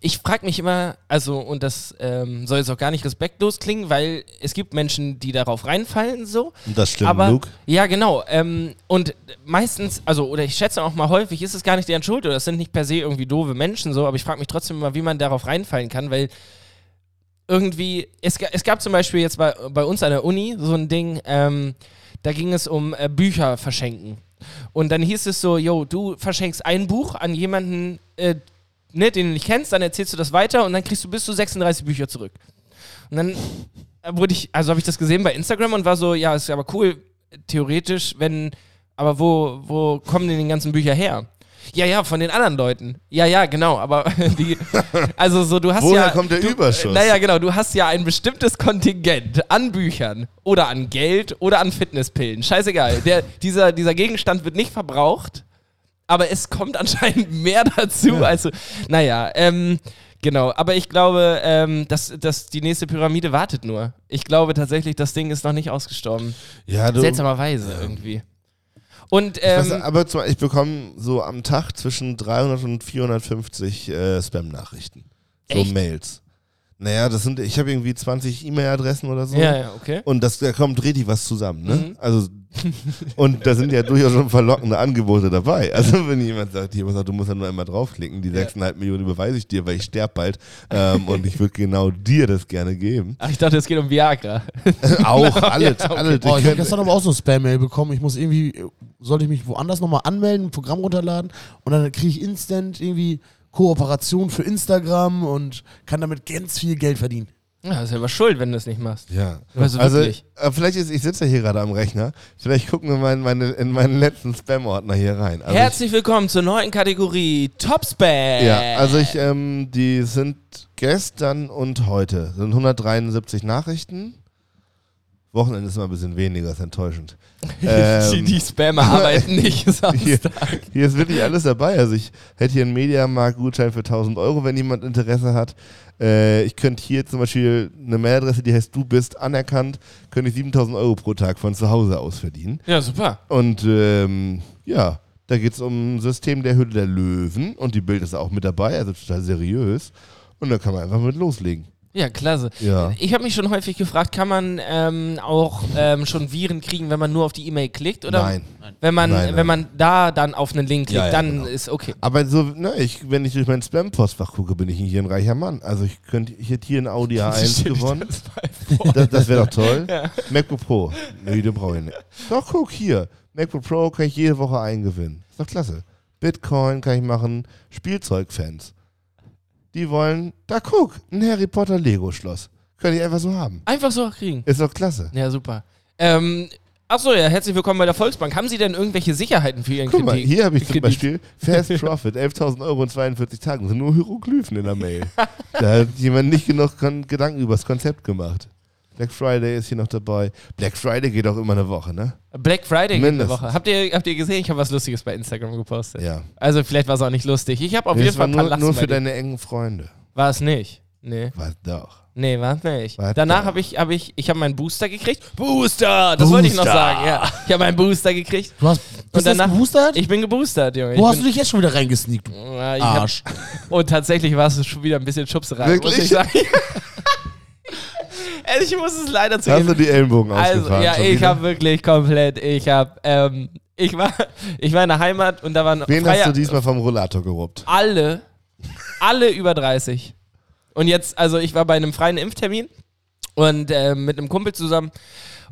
D: Ich frage mich immer, also, und das ähm, soll jetzt auch gar nicht respektlos klingen, weil es gibt Menschen, die darauf reinfallen so.
A: Und das stimmt,
D: aber
A: Luke.
D: ja, genau. Ähm, und meistens, also oder ich schätze auch mal häufig, ist es gar nicht deren Schuld oder es sind nicht per se irgendwie doofe Menschen so, aber ich frage mich trotzdem immer, wie man darauf reinfallen kann, weil irgendwie, es, ga- es gab zum Beispiel jetzt bei, bei uns an der Uni so ein Ding, ähm, da ging es um äh, Bücher verschenken. Und dann hieß es so, yo, du verschenkst ein Buch an jemanden, äh, ne, den du nicht kennst, dann erzählst du das weiter und dann kriegst du bis zu 36 Bücher zurück. Und dann äh, wurde ich, also habe ich das gesehen bei Instagram und war so, ja, ist aber cool, theoretisch, wenn, aber wo, wo kommen denn die ganzen Bücher her? Ja, ja, von den anderen Leuten. Ja, ja, genau, aber die, also so, du hast
A: Woher
D: ja.
A: kommt der
D: du,
A: Überschuss?
D: Naja, genau, du hast ja ein bestimmtes Kontingent an Büchern oder an Geld oder an Fitnesspillen. Scheißegal. Der, dieser, dieser Gegenstand wird nicht verbraucht, aber es kommt anscheinend mehr dazu. Also, naja, ähm, genau. Aber ich glaube, ähm, dass, dass die nächste Pyramide wartet nur. Ich glaube tatsächlich, das Ding ist noch nicht ausgestorben.
A: Ja, du,
D: Seltsamerweise irgendwie. Und
A: Ich weiß,
D: ähm,
A: aber zum, ich bekomme so am Tag zwischen 300 und 450 äh, Spam-Nachrichten. So
D: Echt?
A: Mails. Naja, das sind, ich habe irgendwie 20 E-Mail-Adressen oder so.
D: ja, Mhm. ja, okay.
A: Und das, da kommt richtig was zusammen, ne? Also, und da sind ja durchaus schon verlockende Angebote dabei. Also, wenn jemand sagt, jemand sagt, du musst ja nur einmal draufklicken, die 6,5 Millionen überweise ich dir, weil ich sterbe bald. Ähm, und ich würde genau dir das gerne geben.
D: Ach, ich dachte, es geht um Viagra.
A: Auch, alles, alles.
C: Oh, ich
A: Ich
C: habe
A: könnt-
C: gestern aber auch so eine Spam-Mail bekommen. Ich muss irgendwie, sollte ich mich woanders nochmal anmelden, ein Programm runterladen und dann kriege ich instant irgendwie Kooperation für Instagram und kann damit ganz viel Geld verdienen.
D: Ja, ist ja immer schuld, wenn du es nicht machst.
A: Ja.
D: Also wirklich.
A: äh, vielleicht ist, ich sitze ja hier gerade am Rechner. Vielleicht gucken wir mal in, meine, in meinen letzten Spam-Ordner hier rein. Also
D: Herzlich willkommen zur neuen Kategorie Top Spam.
A: Ich, ja, also ich, ähm, die sind gestern und heute sind 173 Nachrichten. Wochenende ist immer ein bisschen weniger, ist enttäuschend.
D: die,
A: Ähm,
D: die Spammer arbeiten nicht.
A: hier,
D: Samstag.
A: hier ist wirklich alles dabei. Also ich hätte hier einen Mediamarkt-Gutschein für 1000 Euro, wenn jemand Interesse hat. Äh, ich könnte hier zum Beispiel eine Mailadresse, die heißt du bist anerkannt, könnte ich 7000 Euro pro Tag von zu Hause aus verdienen.
D: Ja, super.
A: Und ähm, ja, da geht es um System der Hülle der Löwen und die Bild ist auch mit dabei, also total seriös. Und da kann man einfach mit loslegen.
D: Ja, klasse.
A: Ja.
D: Ich habe mich schon häufig gefragt, kann man ähm, auch ähm, schon Viren kriegen, wenn man nur auf die E-Mail klickt? Oder
A: Nein.
D: Wenn man,
A: Nein, nein.
D: wenn man da dann auf einen Link klickt,
A: Ja, ja,
D: dann
A: genau.
D: ist okay.
A: Aber so, na, ich, wenn ich durch mein Spam-Postfach gucke, bin ich hier ein reicher Mann. Also ich könnte, ich hätte hier ein Audi A1 gewonnen. Das, das wäre doch toll. MacBook Pro. Nee, den brauche ich nicht. Doch, guck hier. MacBook Pro kann ich jede Woche eingewinnen. Ist doch klasse. Bitcoin kann ich machen. Spielzeugfans. Die wollen, da guck, ein Harry Potter Lego-Schloss. Könnte ich einfach so haben.
D: Einfach so kriegen.
A: Ist doch klasse.
D: Ja, super. Ähm, Achso, ja, herzlich willkommen bei der Volksbank. Haben Sie denn irgendwelche Sicherheiten für Ihren
A: Guck mal,
D: Kredit?
A: hier habe ich zum
D: Kredit.
A: Beispiel Fast Profit, 11.000 Euro in 42 Tagen. Sind nur Hieroglyphen in der Mail. Da hat jemand nicht genug Kon Gedanken übers Konzept gemacht. Black Friday ist hier noch dabei. Black Friday geht auch immer eine Woche, ne?
D: Black Friday geht eine
A: Mindestens.
D: Woche. Habt ihr, habt ihr gesehen? Ich habe was Lustiges bei Instagram gepostet.
A: Ja.
D: Also vielleicht war es auch nicht lustig. Ich habe auf
A: Nee,
D: jeden
A: das war
D: Fall
A: nur,
D: Palast
A: nur
D: bei
A: für
D: dir.
A: deine engen Freunde.
D: War es nicht. Nee.
A: Was doch.
D: Nee, war es nicht.
A: Warte.
D: Danach habe ich, hab ich, ich habe meinen Booster gekriegt. Booster! Das wollte ich noch
A: Booster!
D: sagen, ja. Ich habe meinen Booster gekriegt.
C: Du hast, bist
D: danach-
C: du geboostert?
D: Ich bin geboostert, Junge.
C: Wo
D: ich
C: hast du
D: bin,
C: dich jetzt schon wieder reingesneakt, du
D: Ja, ich hab,
C: Arsch?
D: Und tatsächlich war es schon wieder ein bisschen Schubserei. Muss
A: Wirklich?
D: ich sagen. Also ich muss es leider
A: Hast du
D: zugeben.
A: die Ellenbogen
D: Also,
A: ausgefahren?
D: ja,
A: schon
D: ich
A: wieder?
D: habe wirklich komplett, ich habe, ähm, ich war, ich war in der Heimat und da waren
A: Wen
D: Freier-
A: hast du diesmal vom Rollator geruppt?
D: alle, alle über 30. Und jetzt, also ich war bei einem freien Impftermin und äh, mit einem Kumpel zusammen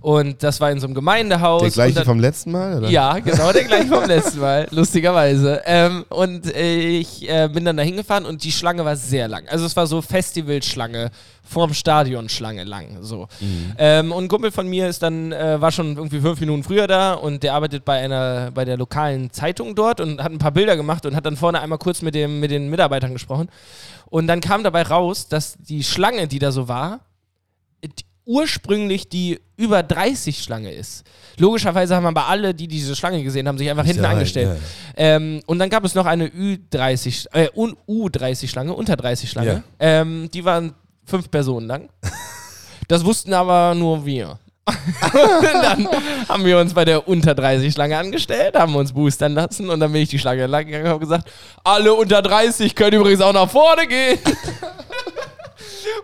D: und das war in so einem Gemeindehaus.
A: Der
D: und
A: gleiche
D: dann-
A: vom letzten Mal? Oder?
D: ja, genau, der gleiche vom letzten Mal, lustigerweise. Ähm, und äh, ich äh, bin dann da hingefahren und die Schlange war sehr lang. Also es war so Festivalschlange, vorm Stadion Schlange lang, so. Ähm, und ein Kumpel von mir ist dann, äh, war schon irgendwie fünf Minuten früher da und der arbeitet bei einer, bei der lokalen Zeitung dort und hat ein paar Bilder gemacht und hat dann vorne einmal kurz mit, dem, mit den Mitarbeitern gesprochen. Und dann kam dabei raus, dass die Schlange, die da so war, die- ursprünglich die über 30 Schlange ist. Logischerweise haben aber alle, die diese Schlange gesehen haben, sich einfach hinten
A: ja rein,
D: angestellt. Ähm, und dann gab es noch eine Ü30, äh, Un- U30 Schlange, unter 30 Schlange.
A: Ja.
D: Ähm, die waren fünf Personen lang. Das wussten aber nur wir. dann haben wir uns bei der unter 30 Schlange angestellt, haben uns boostern lassen und dann bin ich die Schlange lang gegangen und habe gesagt, alle unter 30 können übrigens auch nach vorne gehen.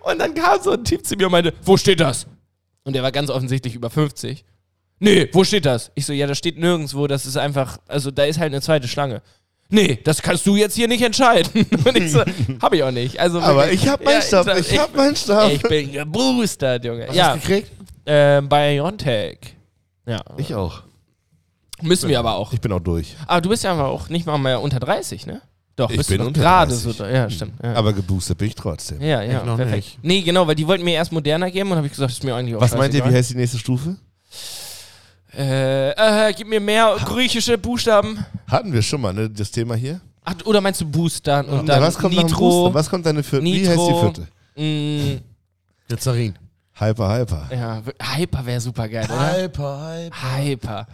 D: und dann kam so ein Typ zu mir und meinte, wo steht das? Und der war ganz offensichtlich über 50. Nee, wo steht das? Ich so, ja, das steht nirgendwo, das ist einfach, also da ist halt eine zweite Schlange. Nee, das kannst du jetzt hier nicht entscheiden. Und ich so, hab ich auch nicht. Also
A: Aber
D: wirklich-
A: ich hab meinen
D: Ja,
A: Stab, ich, hab meinen Stab.
D: ich bin geboostert, Junge.
C: Was
D: ja,
C: hast du gekriegt?
D: ähm, BioNTech. Ja.
A: Ich auch.
D: Müssen wir aber auch.
A: Ich bin auch durch.
D: Aber du bist ja aber auch nicht mal mehr unter 30, ne? Doch,
A: Ich
D: bist du
A: bin
D: doch
A: unter
D: gerade
A: 30.
D: so. da- Ja, stimmt. Ja,
A: Aber geboostet bin ich trotzdem.
D: ja, ja
C: Ich noch
D: perfekt.
C: nicht.
D: Nee, genau, weil die wollten mir erst Moderna geben und habe ich gesagt, ist mir eigentlich auch
A: Was meint ihr, wie
D: scheißegal.
A: heißt die nächste Stufe?
D: Äh, äh, gib mir mehr griechische Buchstaben.
A: Hatten wir schon mal, ne, das Thema hier?
D: Ach, oder meinst du Boostern und dann
A: was kommt nach dem
D: Nitro?
A: Booster? Was kommt deine vierte? Wie heißt die
D: Nitro.
A: vierte?
D: Mm,
C: Der Zarin.
A: Hyper, hyper.
D: ja, w- Hyper wäre super geil, oder?
C: Hyper, hyper.
D: Hyper.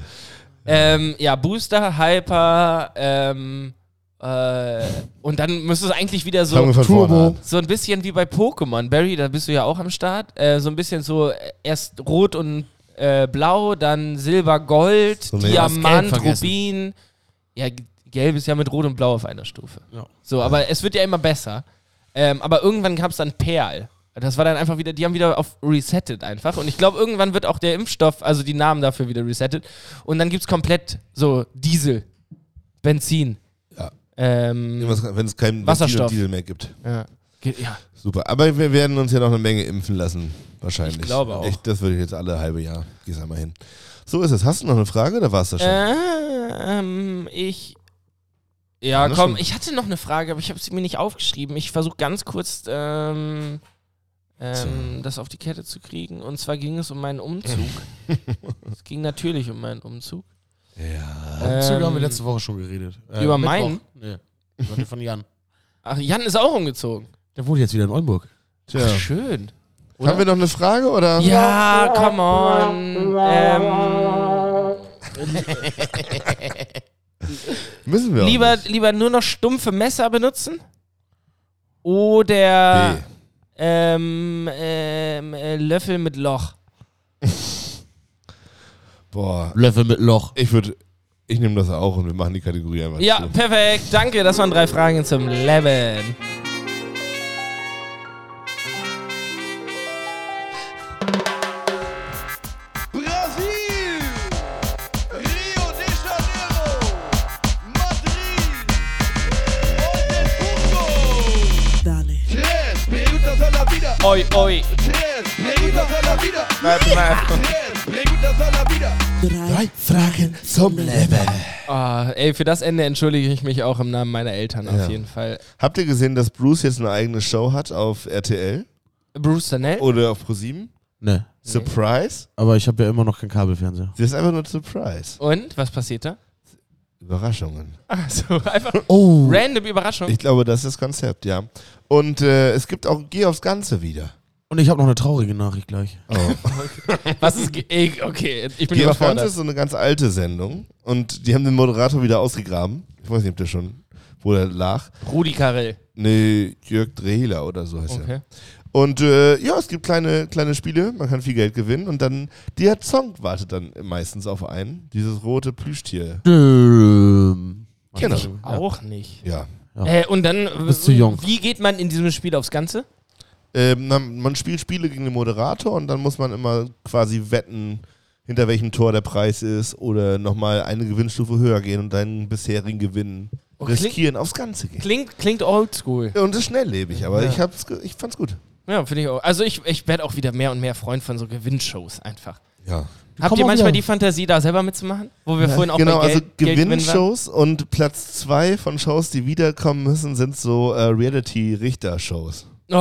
D: Ähm, ja, Booster, Hyper, ähm, äh, und dann müsste es eigentlich wieder
A: Fangen wir
D: so,
A: von vorne an.
D: so ein bisschen wie bei Pokémon. Barry, da bist du ja auch am Start. Äh, so ein bisschen so äh, erst rot und äh, blau, dann Silber, Gold,
A: So, nee,
C: das Gelb
D: Diamant,
C: vergessen.
D: Rubin. Ja, g- gelb ist ja mit Rot und Blau auf einer Stufe.
C: Ja.
D: So, aber es wird ja immer besser. Ähm, aber irgendwann kam es dann Perl. Das war dann einfach wieder, die haben wieder auf resettet einfach. Und ich glaube, irgendwann wird auch der Impfstoff, also die Namen dafür wieder resettet. Und dann gibt es komplett so Diesel, Benzin.
A: Ja.
D: Ähm,
A: Wenn es keinen
D: Wasserstoff.
A: Deal mehr gibt.
D: ja. Ge- ja.
A: Super. Aber wir werden uns ja noch eine Menge impfen lassen. Wahrscheinlich.
D: Ich glaube auch.
A: Ich, das würde ich jetzt alle halbe Jahr. Geh's einmal hin. So ist es. Hast du noch eine Frage oder war es das schon?
D: Äh. Ähm, ich. Ja,
A: das
D: komm,
A: schon.
D: ich hatte noch eine Frage, aber ich habe sie mir nicht aufgeschrieben. Ich versuche ganz kurz ähm, ähm, das auf die Kette zu kriegen. Und zwar ging es um meinen Umzug. es ging natürlich um meinen Umzug.
C: Ähm, Züge haben wir
D: Ähm,
C: letzte Woche schon geredet. Äh,
D: über
C: Mittwoch.
D: meinen?
C: Nee. Über den von Jan.
D: Ach, Jan ist auch umgezogen.
C: Der wohnt jetzt wieder in Oldenburg.
A: Tja.
D: Ach, schön.
A: Haben wir noch eine Frage oder?
D: Ja, come on. Ähm,
A: Müssen wir auch
D: lieber,
A: nicht.
D: lieber nur noch stumpfe Messer benutzen? Oder
A: Nee.
D: ähm, ähm, äh, Löffel mit Loch?
A: Boah.
C: Löffel mit Loch.
A: Ich würde. Ich nehme das auch und wir machen die Kategorie einfach.
D: Ja,
A: zu.
D: perfekt. Danke, das waren drei Fragen zum Leben.
E: Brasil, Rio de Janeiro, Madrid, Oldenburgo.
F: Dale,
E: Tres preguntas a la vida,
D: Oi, oi.
E: tres preguntas a la vida, tres preguntas a la vida.
F: drei
C: Fragen zum Leben.
D: Ah, ey, für das Ende entschuldige ich mich auch im Namen meiner Eltern auf
A: Ja.
D: jeden Fall.
A: Habt ihr gesehen, dass Bruce jetzt eine eigene Show hat auf RTL
D: Bruce Danell?
A: oder auf ProSieben?
C: Ne.
A: Surprise?
C: Aber ich habe ja immer noch keinen Kabelfernseher.
A: Das ist einfach nur Surprise.
D: Und? Was passiert da?
A: Überraschungen.
D: Ach so, einfach
C: Oh.
D: random Überraschung.
A: Ich glaube, das ist das Konzept, ja. Und äh, es gibt auch Geh aufs Ganze wieder.
C: Und ich habe noch eine traurige Nachricht gleich.
A: Oh.
D: Was ist. ge- ey, Okay, ich bin
A: Die auf Ganz
D: überfordert.
A: ist so eine ganz alte Sendung und die haben den Moderator wieder ausgegraben. Ich weiß nicht, ob der schon, wo der lag.
D: Rudi Karel.
A: Nee, Jörg Drehler oder so heißt er.
D: Okay.
A: Und äh, ja, es gibt kleine, kleine Spiele, man kann viel Geld gewinnen und dann der Song wartet dann meistens auf einen. Dieses rote Plüschtier.
C: Ähm,
A: Genau.
D: Auch nicht.
A: Ja.
D: Äh, und dann.
C: Bist zu jung.
D: Wie geht man in diesem Spiel aufs Ganze?
A: Ähm, na, man spielt Spiele gegen den Moderator und dann muss man immer quasi wetten, hinter welchem Tor der Preis ist oder nochmal eine Gewinnstufe höher gehen und deinen bisherigen Gewinn
D: Oh, klingt-
A: riskieren, aufs Ganze gehen.
D: Klingt, klingt oldschool.
A: Und es ist schnelllebig, aber
D: Ja.
A: ich, hab's ge ich fand's gut.
D: Ja, finde ich auch. Also ich, ich werde auch wieder mehr und mehr Freund von so Gewinnshows einfach.
A: Ja.
D: Habt
C: komm
D: ihr
C: auch
D: manchmal
C: wieder.
D: die Fantasie, da selber mitzumachen? Wo wir vorhin auch
A: genau,
D: bei
A: also
D: Geld, Geld waren?
A: Gewinnshows und Platz zwei von Shows, die wiederkommen müssen, sind so äh, Reality-Richter-Shows.
D: Oh,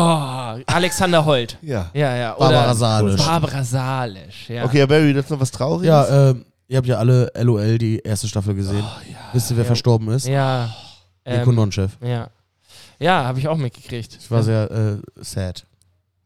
D: Alexander Holt.
A: Ja.
D: Ja, ja. Oder
C: Barbara Salisch.
D: Barbara Salisch, ja.
A: Okay, ja, Barry, das ist noch was Trauriges?
C: Ja, ähm, ihr habt ja alle LOL die erste Staffel gesehen. Wisst ihr, wer verstorben ist?
D: Ja.
C: Nico
D: Ähm,
C: Nonchev.
D: ja. Ja, habe ich auch mitgekriegt.
C: Ich war sehr äh, sad.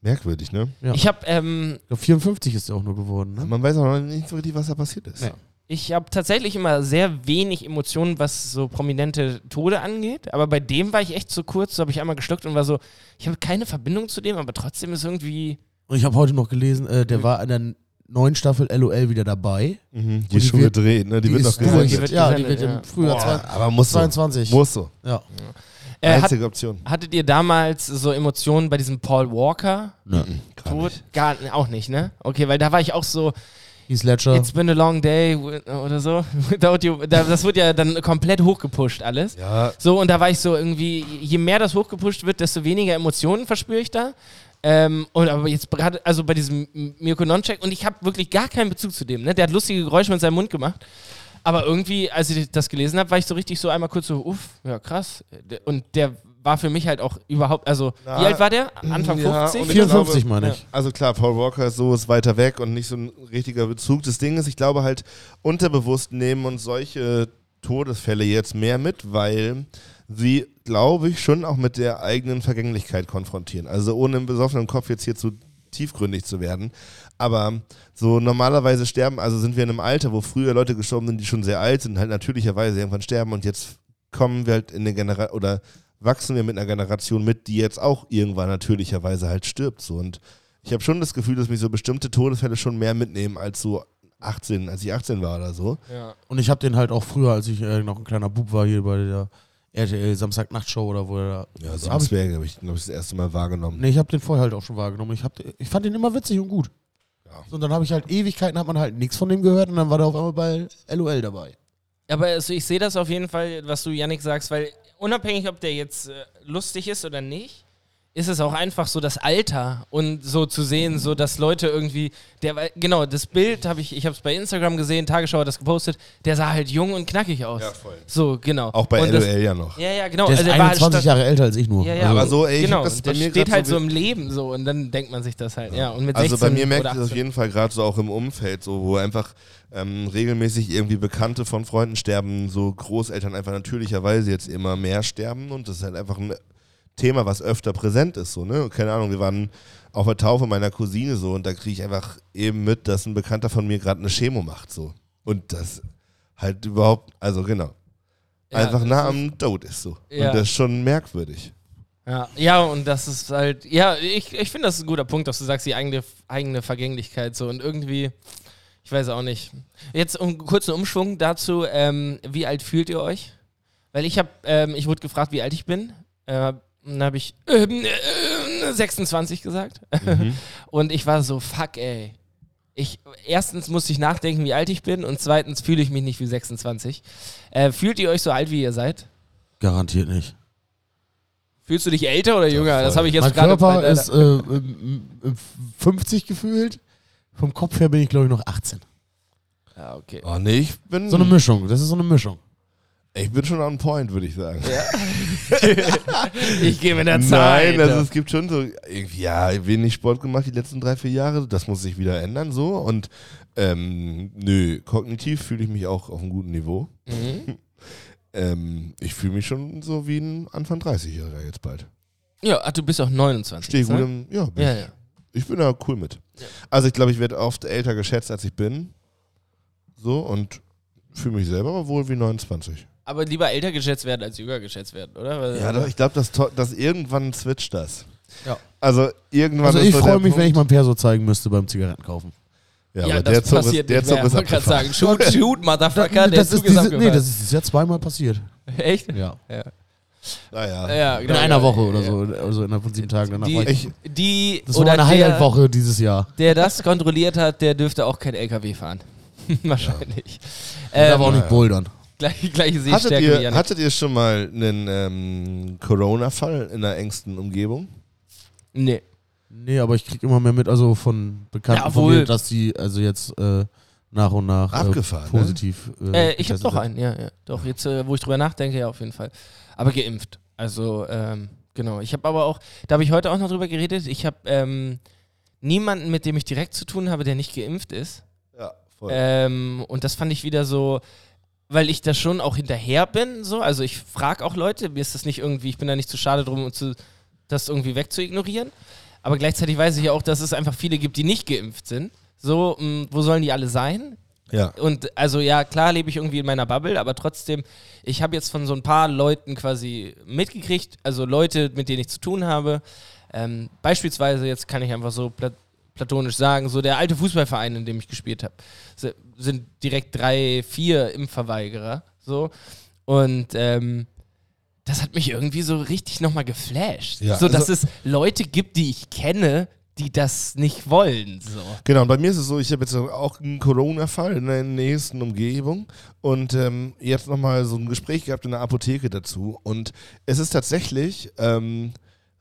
A: Merkwürdig, ne?
C: ja.
D: Ich habe ähm,
C: Ich glaub, 54 ist er auch nur geworden. Ne?
A: Man weiß auch noch nicht so richtig, was da passiert ist.
C: Nee.
D: ich hab tatsächlich immer sehr wenig Emotionen, was so prominente Tode angeht. Aber bei dem war ich echt zu kurz. So habe ich einmal geschluckt und war so, ich habe keine Verbindung zu dem, aber trotzdem ist irgendwie.
C: Und ich habe heute noch gelesen, äh, der war in der neuen Staffel LOL wieder dabei.
A: Mhm. Die
C: Und
A: ist
C: die
A: schon
C: wird-
A: gedreht, ne? Die, wird noch
C: ist durch.
A: gesendet.
C: Ja, die wird
D: gesendet, ja.
C: im Frühjahr
A: Boah,
C: 20,
A: aber muss so.
C: 22.
A: Muss so.
C: Ja.
D: Äh, hat,
A: Einzige Option.
D: hattet ihr damals so Emotionen bei diesem Paul Walker?
A: Gar nicht.
D: Tod? Gar, auch nicht, ne? Okay, weil da war ich auch so,
C: Heath Ledger.
D: it's been a long day wi- oder so. Without you. Da, das wird ja dann komplett hochgepusht alles.
A: Ja,
D: So, und da war ich so irgendwie, je mehr das hochgepusht wird, desto weniger Emotionen verspüre ich da. Ähm, und aber jetzt gerade, also bei diesem M- Mirko Noncheck, und ich habe wirklich gar keinen Bezug zu dem, ne? Der hat lustige Geräusche mit seinem Mund gemacht. Aber irgendwie, als ich das gelesen habe, war ich so richtig so einmal kurz so, uff, ja krass. Und der war für mich halt auch überhaupt, also,
A: Na,
D: wie alt war der? Anfang
A: ja,
D: 50?
A: und ich
C: 54
A: glaube-
C: meine ich.
A: Also klar, Paul Walker ist so ist weiter weg und nicht so ein richtiger Bezug. Das Ding ist, ich glaube halt, unterbewusst nehmen uns solche Todesfälle jetzt mehr mit, weil sie, glaube ich, schon auch mit der eigenen Vergänglichkeit konfrontieren. Also ohne im besoffenen Kopf jetzt hier zu tiefgründig zu werden. Aber so normalerweise sterben, also sind wir in einem Alter, wo früher Leute gestorben sind, die schon sehr alt sind, halt natürlicherweise irgendwann sterben und jetzt kommen wir halt in eine Generation oder wachsen wir mit einer Generation mit, die jetzt auch irgendwann natürlicherweise halt stirbt. So. Und ich habe schon das Gefühl, dass mich so bestimmte Todesfälle schon mehr mitnehmen als so 18, als ich 18 war oder so.
C: Und ich habe den halt auch früher, als ich äh, noch ein kleiner Bub war, hier bei der RTL Samstagnacht-Show oder wo er da.
A: Ja, so
C: hab ich,
A: Amtsberg habe ich, glaube ich, Also das erste Mal wahrgenommen.
C: nee, ich habe den vorher halt auch schon wahrgenommen. Ich, hab, den- ich fand den immer witzig und gut.
A: Ja.
C: So, und dann habe ich halt Ewigkeiten, hat man halt nichts von dem gehört und dann war der auf einmal bei LOL dabei.
D: Aber also ich sehe das auf jeden Fall, was du Yannick sagst, weil unabhängig, ob der jetzt äh, lustig ist oder nicht, ist es auch einfach so das Alter und so zu sehen, so dass Leute irgendwie, der war- genau das Bild habe ich, ich habe es bei Instagram gesehen, Tagesschau hat das gepostet, der sah halt jung und knackig aus.
A: Ja, voll.
D: So genau.
A: Auch bei
D: und
A: LOL
D: das-
A: ja noch.
D: Ja, ja, genau.
C: Der ist
D: Also er war halt
C: 21
D: statt-
C: Jahre älter als ich nur.
D: Ja, ja,
A: Aber so, ey, ich
D: genau,
A: hab das bei
D: der
A: mir
D: steht
A: grad
D: halt
A: so
D: so
A: wie-
D: im Leben so und dann denkt man sich das halt. Ja, und mit 16
A: Also bei mir merkt
D: oder
A: ich das auf
D: 18.
A: jeden Fall gerade so auch im Umfeld, so wo einfach ähm, regelmäßig irgendwie Bekannte von Freunden sterben, so Großeltern einfach natürlicherweise jetzt immer mehr sterben und das ist halt einfach ein Thema, was öfter präsent ist, so, ne? Keine Ahnung, wir waren auf der Taufe meiner Cousine so und da kriege ich einfach eben mit, dass ein Bekannter von mir gerade eine Chemo macht, so. Und das halt überhaupt, also genau.
D: Ja,
A: einfach
D: das
A: nah
D: ist-
A: am Tod ist so.
D: Ja.
A: Und das ist schon merkwürdig.
D: Ja, ja, und das ist halt, ja, ich, ich finde das ist ein guter Punkt, dass du sagst, die eigene, eigene Vergänglichkeit so und irgendwie, ich weiß auch nicht. Jetzt um, kurz einen Umschwung dazu, ähm, wie alt fühlt ihr euch? Weil ich habe, ähm, ich wurde gefragt, wie alt ich bin. Äh, und dann habe ich ähm, äh, 26 gesagt. und ich war so, fuck, ey. Ich, erstens musste ich nachdenken, wie alt ich bin und zweitens fühle ich mich nicht wie 26. Äh, fühlt ihr euch so alt, wie ihr seid?
C: Garantiert nicht.
D: Fühlst du dich älter oder jünger? Das habe ich jetzt
C: mein
D: gerade bei
C: Körper
D: deiner-
C: ist äh, ähm, ähm, 50 gefühlt. Vom Kopf her bin ich, glaube ich, noch 18.
D: Ja, Ah, okay.
A: Oh nee, ich bin,
C: So eine Mischung. Das ist so eine Mischung.
A: ich bin schon on point, würde ich sagen.
D: Ich gehe mit der Zeit.
A: Nein, also es gibt schon so, irgendwie, ja, wenig Sport gemacht die letzten drei, vier Jahre, das muss sich wieder ändern so und ähm, nö, kognitiv fühle ich mich auch auf einem guten Niveau.
D: Mhm.
A: Ähm, ich fühle mich schon so wie ein Anfang 30-Jähriger jetzt bald.
D: ja, ah, du bist auch 29.
A: Stehe gut
D: ne?
A: im, ja, bin
D: Ja,
A: ich.
D: ja.
A: Ich bin da cool mit. Also ich glaube, ich werde oft älter geschätzt, als ich bin. So und fühle mich selber aber wohl wie 29.
D: Aber lieber älter geschätzt werden als jünger geschätzt werden, oder? Weil-
A: Ja, doch, ich glaube, dass, to- dass irgendwann switcht das.
D: Äh, Ja.
A: Also irgendwann
C: Also
A: ist
C: ich
A: so
C: freue
A: der
C: mich, wenn ich
A: Punkt-
C: mal ein Perso zeigen müsste beim Zigarettenkaufen.
A: Ja,
D: Ja,
A: aber
D: das
A: der Zug ist,
D: passiert
A: der
D: nicht mehr.
A: Zug ist
D: Ich wollte gerade
A: abgefahren.
D: sagen, shoot, shoot, Motherfucker, der
C: das
D: Zug
C: ist
D: ist
C: diese, nee,
D: abgefahren.
C: das ist ja zweimal passiert.
D: Echt?
C: Ja.
A: Naja.
D: Ja,
C: In
D: genau,
C: einer
D: ja,
C: Woche
D: ja,
C: oder
D: ja.
C: so, also innerhalb von sieben Tagen. Danach
D: Die-
C: war ich,
A: Ich,
D: Die
C: das war
D: oder
C: meine
D: der,
C: Highlight-Woche dieses Jahr.
D: der das kontrolliert hat, der dürfte auch kein LKW fahren. Wahrscheinlich.
C: Ähm,
D: Ähm,
C: aber auch nicht bouldern.
D: gleich, gleiche
A: hattet,
D: Sehstärke wie
A: ihr,
D: Janik.
A: hattet ihr schon mal einen ähm, Corona-Fall in der engsten Umgebung?
D: Nee.
C: Nee, aber ich kriege immer mehr mit, also von Bekannten von
D: Jawohl.
C: mir, dass die also jetzt äh, nach und nach äh,
A: Abgefahren, ne?
C: positiv.
D: Äh, ich habe
C: getestet
D: doch
C: sind.
D: einen, ja, ja. Doch, jetzt, äh, wo ich drüber nachdenke, ja, auf jeden Fall. Aber geimpft. Also, ähm, genau. Ich habe aber auch, da habe ich heute auch noch drüber geredet, ich habe ähm, niemanden, mit dem ich direkt zu tun habe, der nicht geimpft ist.
A: Ja, voll.
D: Ähm, und das fand ich wieder so, weil ich da schon auch hinterher bin, so. Also ich frage auch Leute, mir ist das nicht irgendwie, ich bin da nicht zu schade drum, um zu, das irgendwie wegzuignorieren. Aber gleichzeitig weiß ich ja auch, dass es einfach viele gibt, die nicht geimpft sind. So, mh, wo sollen die alle sein?
A: ja.
D: Und also ja, klar lebe ich irgendwie in meiner Bubble, aber trotzdem, ich habe jetzt von so ein paar Leuten quasi mitgekriegt, also Leute, mit denen ich zu tun habe. Ähm, beispielsweise, jetzt kann ich einfach so plat platonisch sagen, so der alte Fußballverein, in dem ich gespielt habe, se- sind direkt drei, vier Impfverweigerer. So. Und ähm, das hat mich irgendwie so richtig nochmal geflasht.
A: Ja,
D: so, dass
A: also-
D: es Leute gibt, die ich kenne, die das nicht wollen. So.
A: Genau, und bei mir ist es so, ich habe jetzt auch einen Corona-Fall in der nächsten Umgebung und ähm, jetzt nochmal so ein Gespräch gehabt in der Apotheke dazu. Und es ist tatsächlich ähm,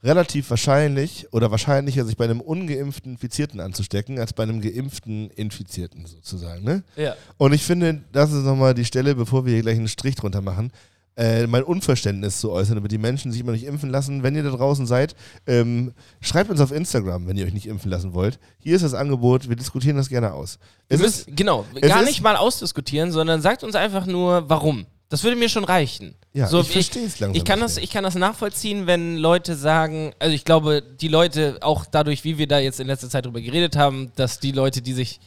A: relativ wahrscheinlich oder wahrscheinlicher, sich bei einem ungeimpften Infizierten anzustecken, als bei einem geimpften Infizierten sozusagen. Ne?
D: Ja.
A: Und ich finde, das ist nochmal die Stelle, bevor wir hier gleich einen Strich drunter machen, äh, mein Unverständnis zu äußern über die Menschen, die sich immer nicht impfen lassen. Wenn ihr da draußen seid, ähm, schreibt uns auf Instagram, wenn ihr euch nicht impfen lassen wollt. Hier ist das Angebot, wir diskutieren das gerne aus. Es
D: Wir
A: ist,
D: müssen- genau,
A: es
D: gar
A: ist-
D: nicht mal ausdiskutieren, sondern sagt uns einfach nur, warum. Das würde mir schon reichen.
A: ja,
D: So,
A: ich verstehe es langsam.
D: Ich kann,
A: nicht
D: das,
A: mehr.
D: ich kann das nachvollziehen, wenn Leute sagen, also ich glaube, die Leute, auch dadurch, wie wir da jetzt in letzter Zeit drüber geredet haben, dass die Leute, die sich,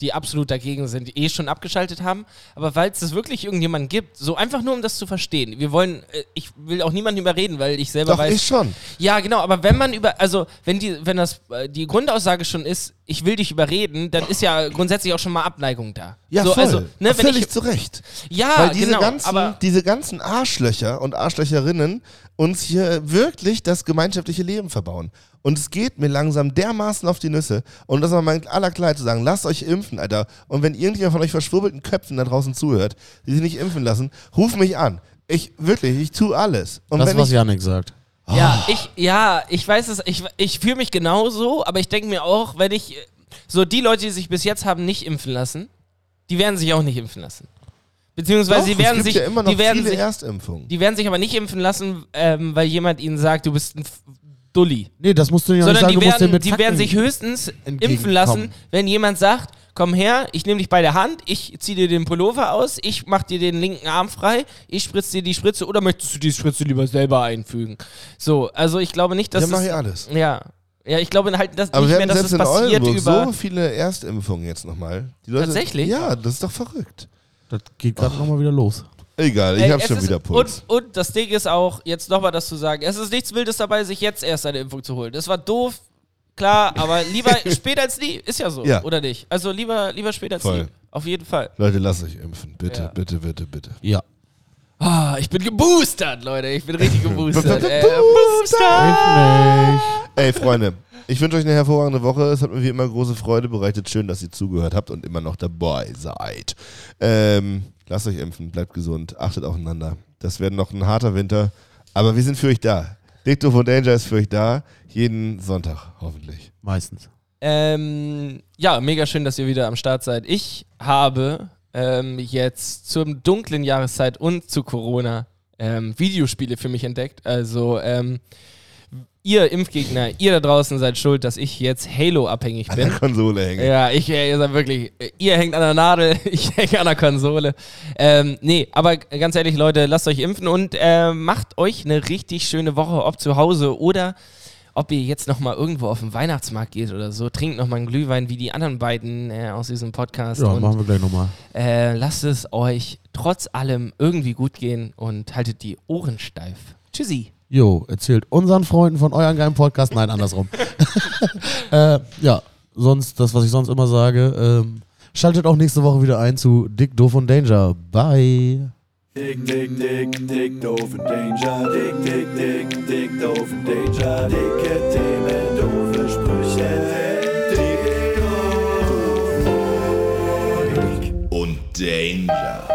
D: die absolut dagegen sind, eh schon abgeschaltet haben. Aber falls es wirklich irgendjemanden gibt, so einfach nur, um das zu verstehen. Wir wollen, äh, ich will auch niemanden überreden, weil ich selber
A: Doch,
D: weiß,
A: ich schon.
D: ja, genau, aber wenn man über, also wenn die, wenn das äh, die Grundaussage schon ist, ich will dich überreden, dann ist ja grundsätzlich auch schon mal Abneigung da.
A: Ja,
D: so,
A: voll.
D: Also, ne, wenn
A: Völlig
D: ich,
A: zu Recht.
D: ja,
A: Weil diese,
D: genau,
A: ganzen,
D: aber
A: diese ganzen Arschlöcher und Arschlöcherinnen uns hier wirklich das gemeinschaftliche Leben verbauen. Und es geht mir langsam dermaßen auf die Nüsse. Und das ist mal in aller Klarheit zu sagen, lasst euch impfen, Alter. Und wenn irgendjemand von euch verschwurbelten Köpfen da draußen zuhört, die sich nicht impfen lassen, ruf mich an. Ich, wirklich, ich tue alles. Und
C: Das,
A: wenn
C: was
A: ich,
C: Janik sagt.
A: Oh.
D: ja, ich, ja, ich weiß es, ich, ich fühle mich genauso, aber ich denke mir auch, wenn ich, äh, so die Leute, die sich bis jetzt haben nicht impfen lassen, die werden sich auch nicht impfen lassen. Beziehungsweise
A: Doch,
D: sie werden
A: es gibt
D: sich,
A: ja immer noch
D: die werden
A: viele
D: sich,
A: Erstimpfungen.
D: die werden sich aber nicht impfen lassen, ähm, weil jemand ihnen sagt, du bist ein F- Dulli.
C: Nee, das musst du ja nicht
D: sondern
C: sagen,
D: die
C: du musst den
D: werden,
C: mit
D: die
C: Fakten-
D: werden sich höchstens impfen
C: entgegenkommen.
D: lassen, wenn jemand sagt, komm her, ich nehme dich bei der Hand, ich ziehe dir den Pullover aus, ich mache dir den linken Arm frei, ich spritze dir die Spritze oder möchtest du die Spritze lieber selber einfügen? So, also ich glaube nicht, dass
A: Dann mach
D: es-
A: ich alles.
D: Ja. Ja, ich glaube halt dass
A: Aber
D: nicht
A: wir
D: mehr,
A: hatten
D: dass
A: selbst
D: es
A: in
D: passiert
A: Oldenburg
D: über
A: so viele Erstimpfungen jetzt nochmal. Die Leute-
D: Tatsächlich?
A: Ja, das ist doch verrückt.
C: Das geht gerade nochmal wieder los.
A: Egal, ich
D: Ey,
A: hab
D: es
A: schon
D: ist-
A: wieder Puls.
D: Und, und das Ding ist auch, jetzt nochmal das zu sagen, es ist nichts Wildes dabei, sich jetzt erst eine Impfung zu holen. Das war doof, klar, aber lieber spät als nie, ist ja so,
A: Ja.
D: oder nicht? Also lieber, lieber spät als
A: Voll.
D: nie, auf jeden Fall.
A: Leute, lasst euch impfen. Bitte,
D: Ja.
A: bitte, bitte, bitte.
C: Ja.
D: Ah, ich bin geboostert, Leute, ich bin richtig geboostert. äh,
C: Ich nicht.
A: Ey, Freunde, ich wünsche euch eine hervorragende Woche. Es hat mir wie immer große Freude bereitet. Schön, dass ihr zugehört habt und immer noch dabei seid. Ähm, lasst euch impfen, bleibt gesund, achtet aufeinander. Das wird noch ein harter Winter, aber wir sind für euch da. Dicto von Danger ist für euch da. Jeden Sonntag, hoffentlich.
C: Meistens.
D: Ähm, ja, mega schön, dass ihr wieder am Start seid. Ich habe ähm, jetzt zur dunklen Jahreszeit und zu Corona ähm, Videospiele für mich entdeckt. Also, ähm, ihr Impfgegner, ihr da draußen seid schuld, dass ich jetzt Halo-abhängig
A: An der
D: bin.
A: Konsole hängen.
D: Ja, ich, äh, ihr seid wirklich, äh, ihr hängt an der Nadel, ich hänge an der Konsole. Ähm, nee, aber g- ganz ehrlich, Leute, lasst euch impfen und äh, macht euch eine richtig schöne Woche, ob zu Hause oder ob ihr jetzt nochmal irgendwo auf den Weihnachtsmarkt geht oder so, trinkt nochmal einen Glühwein wie die anderen beiden äh, aus diesem Podcast
C: Ja,
D: und
C: machen wir gleich nochmal.
D: äh, lasst es euch trotz allem irgendwie gut gehen und haltet die Ohren steif. Tschüssi.
C: Jo, erzählt unseren Freunden von euren geilen Podcast. Nein, andersrum. äh, ja, sonst, das, was ich sonst immer sage, ähm, schaltet auch nächste Woche wieder ein zu Dick, Doof und Danger. Bye.
E: Dick, dick, dick, dick, doof und danger. Dick, dick, dick, dick, doof und danger. Dicke Themen, doofe Sprüche. Dick, doof und
G: und Danger.